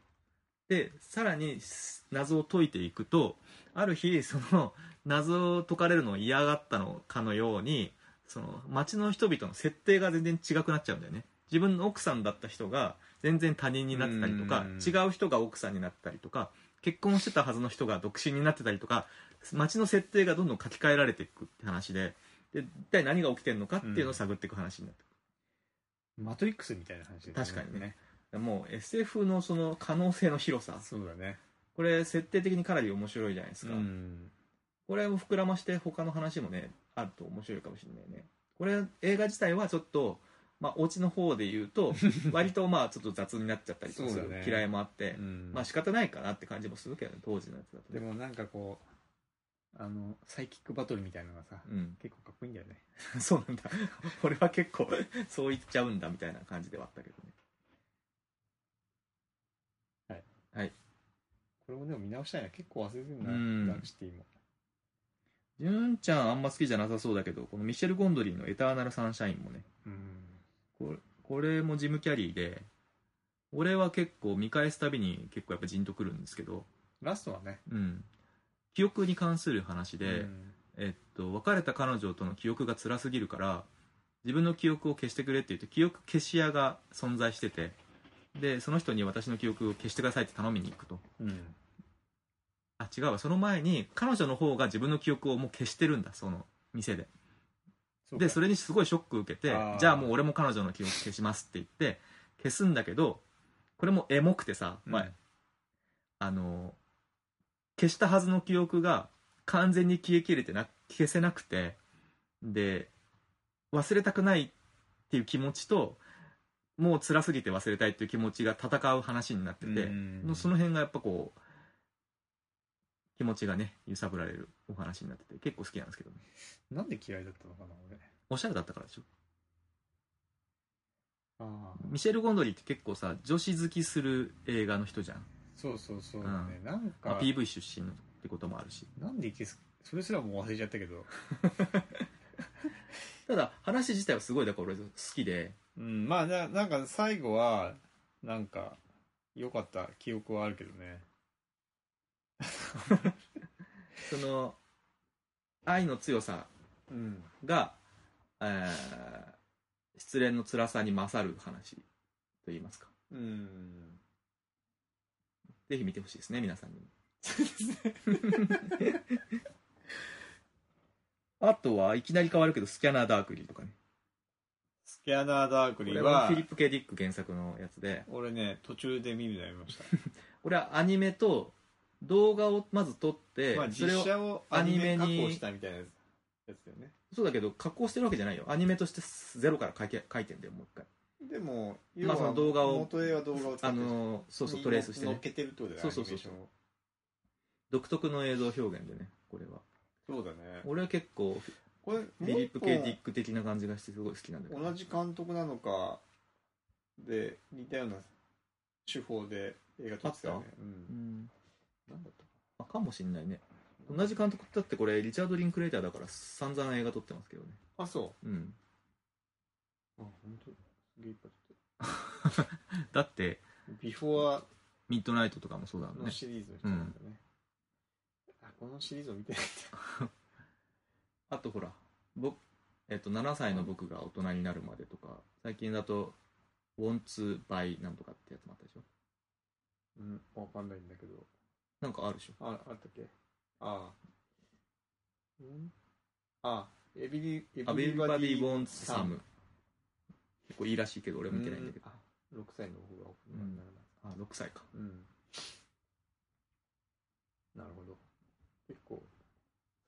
とでさらにす謎を解いていくとある日その謎を解かれるのを嫌がったのかのようにその街の人々の設定が全然違くなっちゃうんだよね自分の奥さんだった人が全然他人になってたりとかうん違う人が奥さんになったりとか結婚してたはずの人が独身になってたりとか街の設定がどんどん書き換えられていくって話でで一体何が起きてるのかっていうのを探っていく話になってマトリックスみたいな話だよ確かにね。くる、もう SF のその可能性の広さそうだね。これ設定的にかなり面白いじゃないですか、うん。これを膨らまして他の話もねあると面白いかもしれないねこれ映画自体はちょっとまあオチの方で言う [laughs] と割とまあちょっと雑になっちゃったりとかすそうだねる嫌いもあって、うんまあ仕方ないかなって感じもするけどね当時のやつだとでねもなんかこう、あの、サイキックバトルみたいなのがさ、うん [laughs] 結構かっこいいんだよね。そうなんだ。 [laughs] 俺は結構、そう言っちゃうんだみたいな感じではあったけどね。これもでも見直したいな。結構忘れてるな、うんダークシティも。純ちゃんあんま好きじゃなさそうだけど、このミシェル・ゴンドリーのエターナル・サンシャインもね、うん。これこれもジム・キャリーで、俺は結構見返すたびに結構やっぱジンとくるんですけど、ラストはね。うん。記憶に関する話で、うんえっと、別れた彼女との記憶が辛すぎるから、自分の記憶を消してくれって言って、記憶消し屋が存在してて、で、その人に私の記憶を消してくださいって頼みに行くと。うん。あ違うわその前に彼女の方が自分の記憶をもう消してるんだその店でうかでそれにすごいショック受けてあーじゃあもう俺も彼女の記憶消しますって言って消すんだけどこれもエモくてさ、うんまああの消したはずの記憶が完全に消えきれてな消せなくてで忘れたくないっていう気持ちともう辛すぎて忘れたいっていう気持ちが戦う話になってて、うんのその辺がやっぱこう気持ちがね揺さぶられるお話になってて結構好きなんですけどねなんで嫌いだったのかな、俺。おしゃれだったからでしょああ。ミシェル・ゴンドリーって結構さ女子好きする映画の人じゃん、そうそうそうだね。なんまかあ、、PV 出身のってこともあるしなんでいけす、それすらもう忘れちゃったけど。ただ話自体はすごいだから俺好きでうん、まあな、なんか最後は、なんか、良かった記憶はあるけどね。その愛の強さうん。が、えー失恋の辛さに勝る話と言いますかうん。ぜひ見てほしいですね皆さんにも [laughs] あとはいきなり変わるけどスキャナーダークリーとかねスキャナーダークこリれーははフィ、リップ・ケディック原作のやつで俺ね、途中で見るようになりました。これはアニメと動画をまず撮って、まあそ実れを写をアニメアニメにに加工したみたいなやつやつだよね。そうだけど加工してるわけじゃないよアニメとしてゼロから書いて書いてんだよもう一回でも、まあその動画を元絵は動画を使あってるのーそうそうトレースして乗っねけてるってことだよね。そうそうそうそう独特の映像表現でねこれはそうだね俺は結構これフィリップ・ケイ・ディック的な感じがしてすごい好きなんだけど同じ監督なのかで似たような手法で映画撮ってたよねううんんなんだったかあかもしんないね同じ監督だってこれリチャード・リンクレーターだから散々映画撮ってますけどねなあそうんうあ本当。すげえいっぱい撮ってだってるビフォーミッドナイトとかもそうだもんのねシリーズの人なんだね、あこのシリーズを見てないんだあとほら僕、えっと、7歳の僕が大人になるまでとか最近だと「ウォンツ・バイ」なんとかってやつもあったでしょうんわかんないんだけどなんかあるでしょああったっけああんあエビリエ「アビバディ・ウォンツ・ササムム」結構いいらしいけど俺見てないんだけどあ6歳の僕が大人にならないあ6歳かうん。なるほど。結構、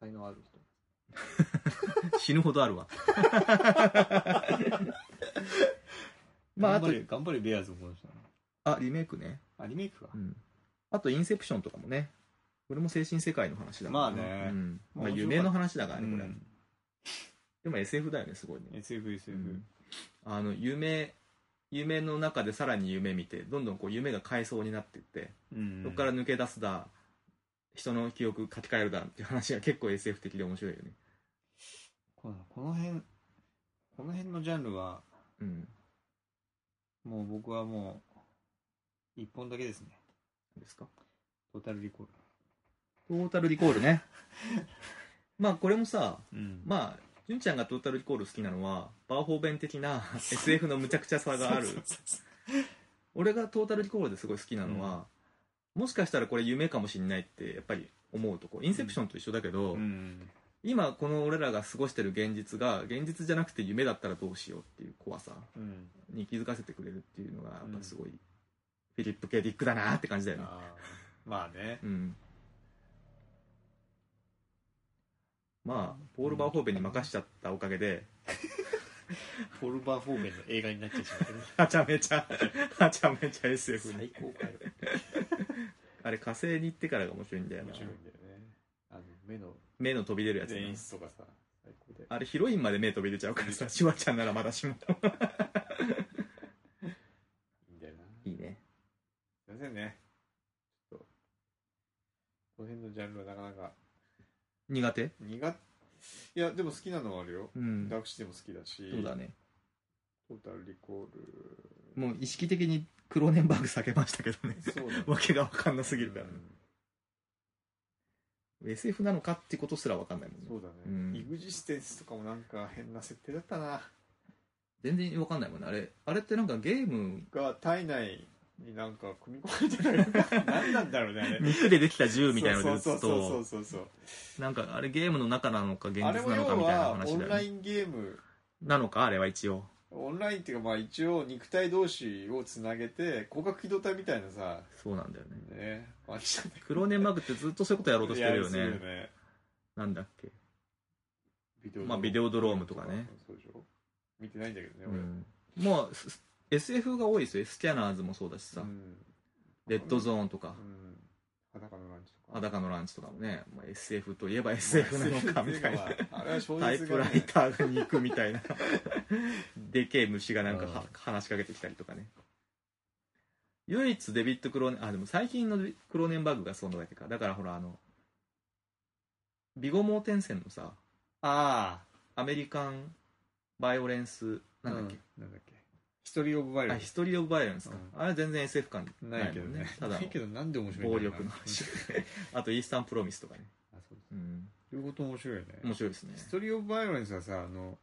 才能ある人。死ぬほどある [laughs] わまああ頑と張れ、頑張れベアーズもこの人あリメイクねあ、リメイクかう。んあと「インセプション」とかもねこれも精神世界の話だからまあねうんまあ、面白かった夢の話だからうねこれは、んでも SF だよねすごいね SF、SF。あの夢夢の中でさらに夢見てどんどんこう夢が回想になっていって、うんそこから抜け出すだ人の記憶書き換えるだっていう話が結構 SF 的で面白いよねこのこの辺、この辺のジャンルは、うんもう僕はもう、一本だけですね。ですかトータルリコートータルリコールね [laughs] まあこれもさル。うんまあ純ちゃんがトータルリコール好きなのはバーホーベン的な [laughs] SF のむちゃくちゃさがあるそうそうそう俺がトータルリコールですごい好きなのは、もしかしたらこれ夢かもしんないってやっぱり思うとこインセプションと一緒だけど、うん。今この俺らが過ごしてる現実が現実じゃなくて夢だったらどうしようっていう怖さうん。に気づかせてくれるっていうのがやっぱすごいフィリップ・ケディックだなって感じだよねああ。まあね。うんまあポール・バーホーベンに任しちゃったおかげでフォルバー方面の映画になっちゃったけど。はちゃめちゃはちゃめちゃ SF 最に高かよ。あれ火星に行ってからが面白いんだよな面白いんだよね。あの、目の目の飛び出るやつね演出とかさ、最高で。あれヒロインまで目飛び出ちゃうからさシュワちゃんならまだしも [laughs] いいんだよな。いいねすいませんね。ちょっと、この辺のジャンルはなかなか苦手苦いや、でも好きなのはあるよ。うんダークシティも好きだし、そうだねトータルリコール、もう意識的にクローネンバーグ避けましたけどね [laughs] そうだねわけが分かんなすぎるから、ねうん SF なのかってことすら分かんないもんねそうだね、うんイグジステンスとかもなんか変な設定だったな全然分かんないもんねあれあれってなんかゲー [laughs] ムが体内になんか組み込まれてる [laughs] のか何なんだろうねあれ肉でできた銃みたいなので打そうつそうそうとそうそうなんかあれゲームの中なのか現実あれもな要のかみたいなはオ話ンだよラねインゲームなのかあれは一応オンラインっていうかまあ一応肉体同士をつなげて広角機動隊みたいなさそうなんだよねねマジなんだクローネンバーグってずっとそういうことやろうとしてるよやりねすぎるよねなんだっけビデオまあビデオドロームとかねそうでしょ見てないんだけどねう俺、んまあす SF が多いですよスキャナーズもそうだしさ、うんレッドゾーンとかうん裸のランチとか裸のランチとかもね、まあ、SF といえば SF なのかみたいなあれは小タイ説プがラねイターに行くみたい [laughs] なでけえ虫がなんかはうん話しかけてきたりとかね唯一デビッド・クローネンあでも最近のデビクローネンバーグがそのだけかだからほらあのビゴ盲点線のさあアメリカン・バイオレンスあ。なんだっけ、うんなんだっけ。ヒトリーオブバイオあレヒトリー・オブ・バイオレンスか、うんあれ全然 SF 感ン。ないないけもどんね。ただないけのど、なんで面白いん暴だろうな力の話 [laughs] あとイースタン・プロミスとかね、あそうですうん、両方とも面白いよね。面白いですねヒトリー・オブ・バイオレンスはさ、あの、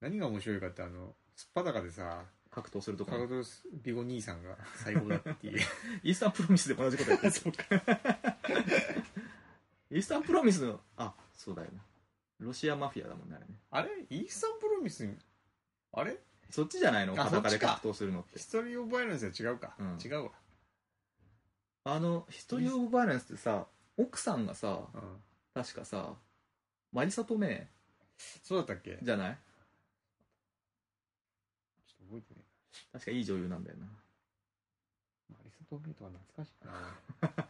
何が面白いかって、あの、すっぱだかでさ、格闘するとこカガトスビゴ兄さんが最高だっ [laughs] ていう。イースタンプロミスでも同じこと [laughs] やってるイースタンプロミスのあそうだよなロシアマフィアだもんねあれねあれイースタンプロミスに、あれそっちじゃないのあ裸そでっちか格闘するのってヒトリー・オブ・バイオレンスは違うか。うん違うわ。あのヒトリー・オブ・バイオレンスってさ奥さんがさうん。確かさマリサ・トメそうだったっけちょっじゃないと覚えてね確かいい女優なんだよな [laughs] えな。マリサ・トーベイとは懐かしいな。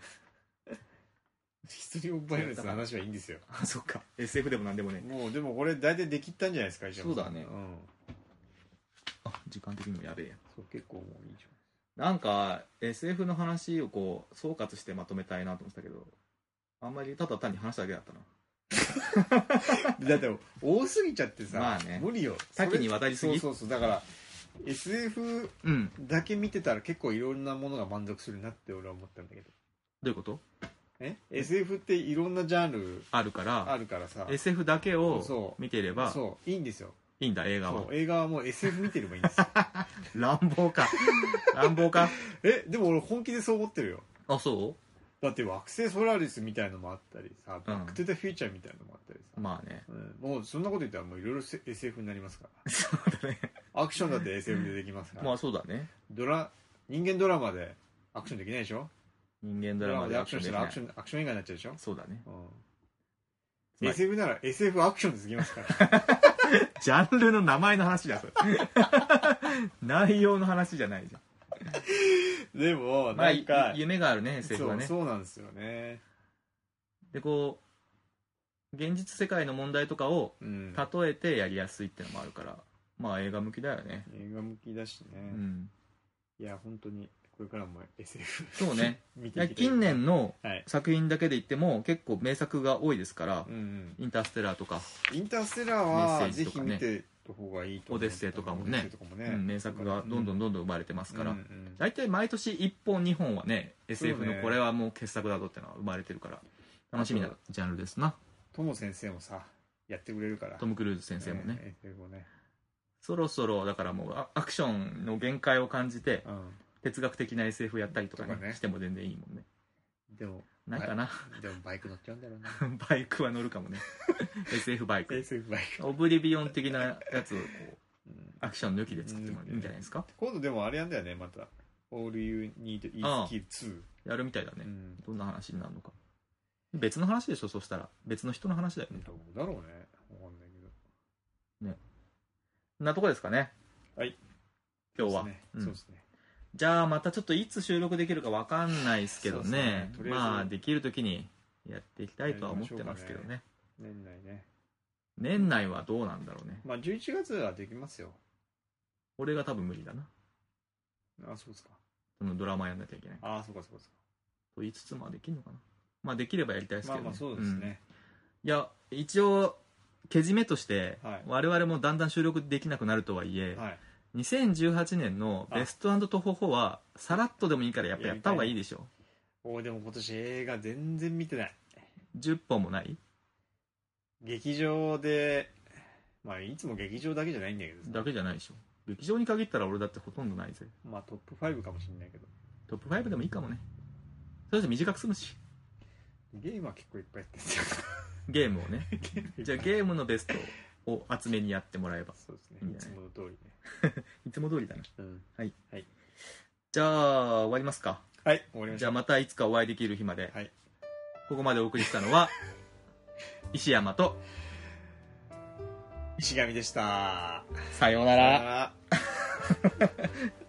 質量バイオレンスの話はいいんですよ。あそっか SF でもなんでもねもう、でもこれ大体できったんじゃないですか、石山さんそうだねうん。あ時間的にもやべえやそう、結構もういいじなんか SF の話をこう総括してまとめたいなと思ってたけどあんまりただ単に話しただけだったなゃん。だって、多すぎちゃってさ、まあね無理よ。多岐にわたりすぎそうそうそう。だから、SF うんだけ見てたら結構いろんなものが満足するなって俺は思ったんだけど。どういうことえ ?SF っていろんなジャンルあるからあるからさ、 SF だけをそう見てればそう、いいんですよ。いいんだ映画はそう、映画はもう SF 見てればいいんです [laughs] よ。乱暴 [laughs] か乱暴かえ、でも俺本気でそう思ってるよ。あそだって惑星ソラリスみたいのもあったりさ、バック・トゥ・ザ・フューチャーみたいのもあったりうさ、まあねうんもうそんなこと言ったらもういろいろ SF になりますかそうだねら。アクションだって SF でできますから。まあそうだねドラ、人間ドラマでアクションできないでしょ人間ドドララママででアアククシショョンンしでたきらアないクション、アクション映画になっちゃうでしょそうだねうん。SF なら SF アクションでできま [laughs] すから。ジャンルの名前の話 [laughs] だそれ内容の話じゃないじゃんでも、まあなんか、ゆ夢があるね SF はねそうそうなんですよね。でこう現実世界の問題とかをうん。例えてやりやすいってのもあるからまあ映画向きだよね映画向きだしね。うんいや、本当に、これからも SF そうね [laughs] 見ていきたい。近年のはい。作品だけで言っても結構名作が多いですからうんうん。インターステラーとか、インターステラーは、メッセぜージひとかね見てた方がいいと思う。オデッセイとかもねオデッセイとかもねうん名作がどんどんでどんどん生まれてますから、うんうん大体毎年1本2本はね SF そうねのこれはもう傑作だぞってのは生まれてるから楽しみなジャンルですなトモ先生もさ、やってくれるから。トム・クルーズ先生もね、ええ。SF をね。そろそろだからもうアアクションの限界を感じてうん。哲学的な SF やったりとか,、ねとかねしても全然いいもんねでも、ないかな、でもバイク乗っちゃうんだろうな。 [laughs] バイクは乗るか [laughs] もね SF バイク SF バイク。オブリビオン的なやつをこううんアクション抜きで作ってもらえるんじゃないですか、今度でもあれやんだよね、また。All You Need Is ああ Kill 2。やるみたいだね、うん。どんな話になるのか別の話でしょそしたら別の人の話だよねどうだろうね。わかんないけど。そんなとこですかねはい今日は、そうですねうんそうですね。じゃあまたちょっといつ収録できるかわかんないですけどねそうですねとりあえずまあできる時にやっていきたいとは思ってますけどね年内ね。年内はどうなんだろうねまあ、11月はできますよ。俺が多分無理だなあ、そうですか。そのドラマやんなきゃいけないあ、そうか、そうか、そうと言いつつまあできるのかなまあできればやりたいですか。けまど、あね、まあ、そうですね。うんいや一応けじめとして、はい我々もだんだん収録できなくなるとはいえ、はい。 2018年のベストトホホはさらっとでもいいからやっぱやった方がいいでしょおいでも今年映画全然見てない。 10本もない劇場で、まあ、いつも劇場だけじゃないんだけどさだけじゃないでしょ劇場に限ったら俺だってほとんどないぜまあ、トップ5かもしれないけど。トップ5でもいいかもねそれじゃ短く済むしゲームは結構いっぱいやってるんですよ。ゲームをねゲームいっぱいじゃあゲームのベストを集めにやってもらえばそうですね。いいんじいゃつないもの通りね。いつも通りだなうん。じゃあ終わりますかはい、終わりまじしゃたあ。またいつかお会いできる日まで、はいここまでお送りしたのは石山と石神でした。さようなさよらなら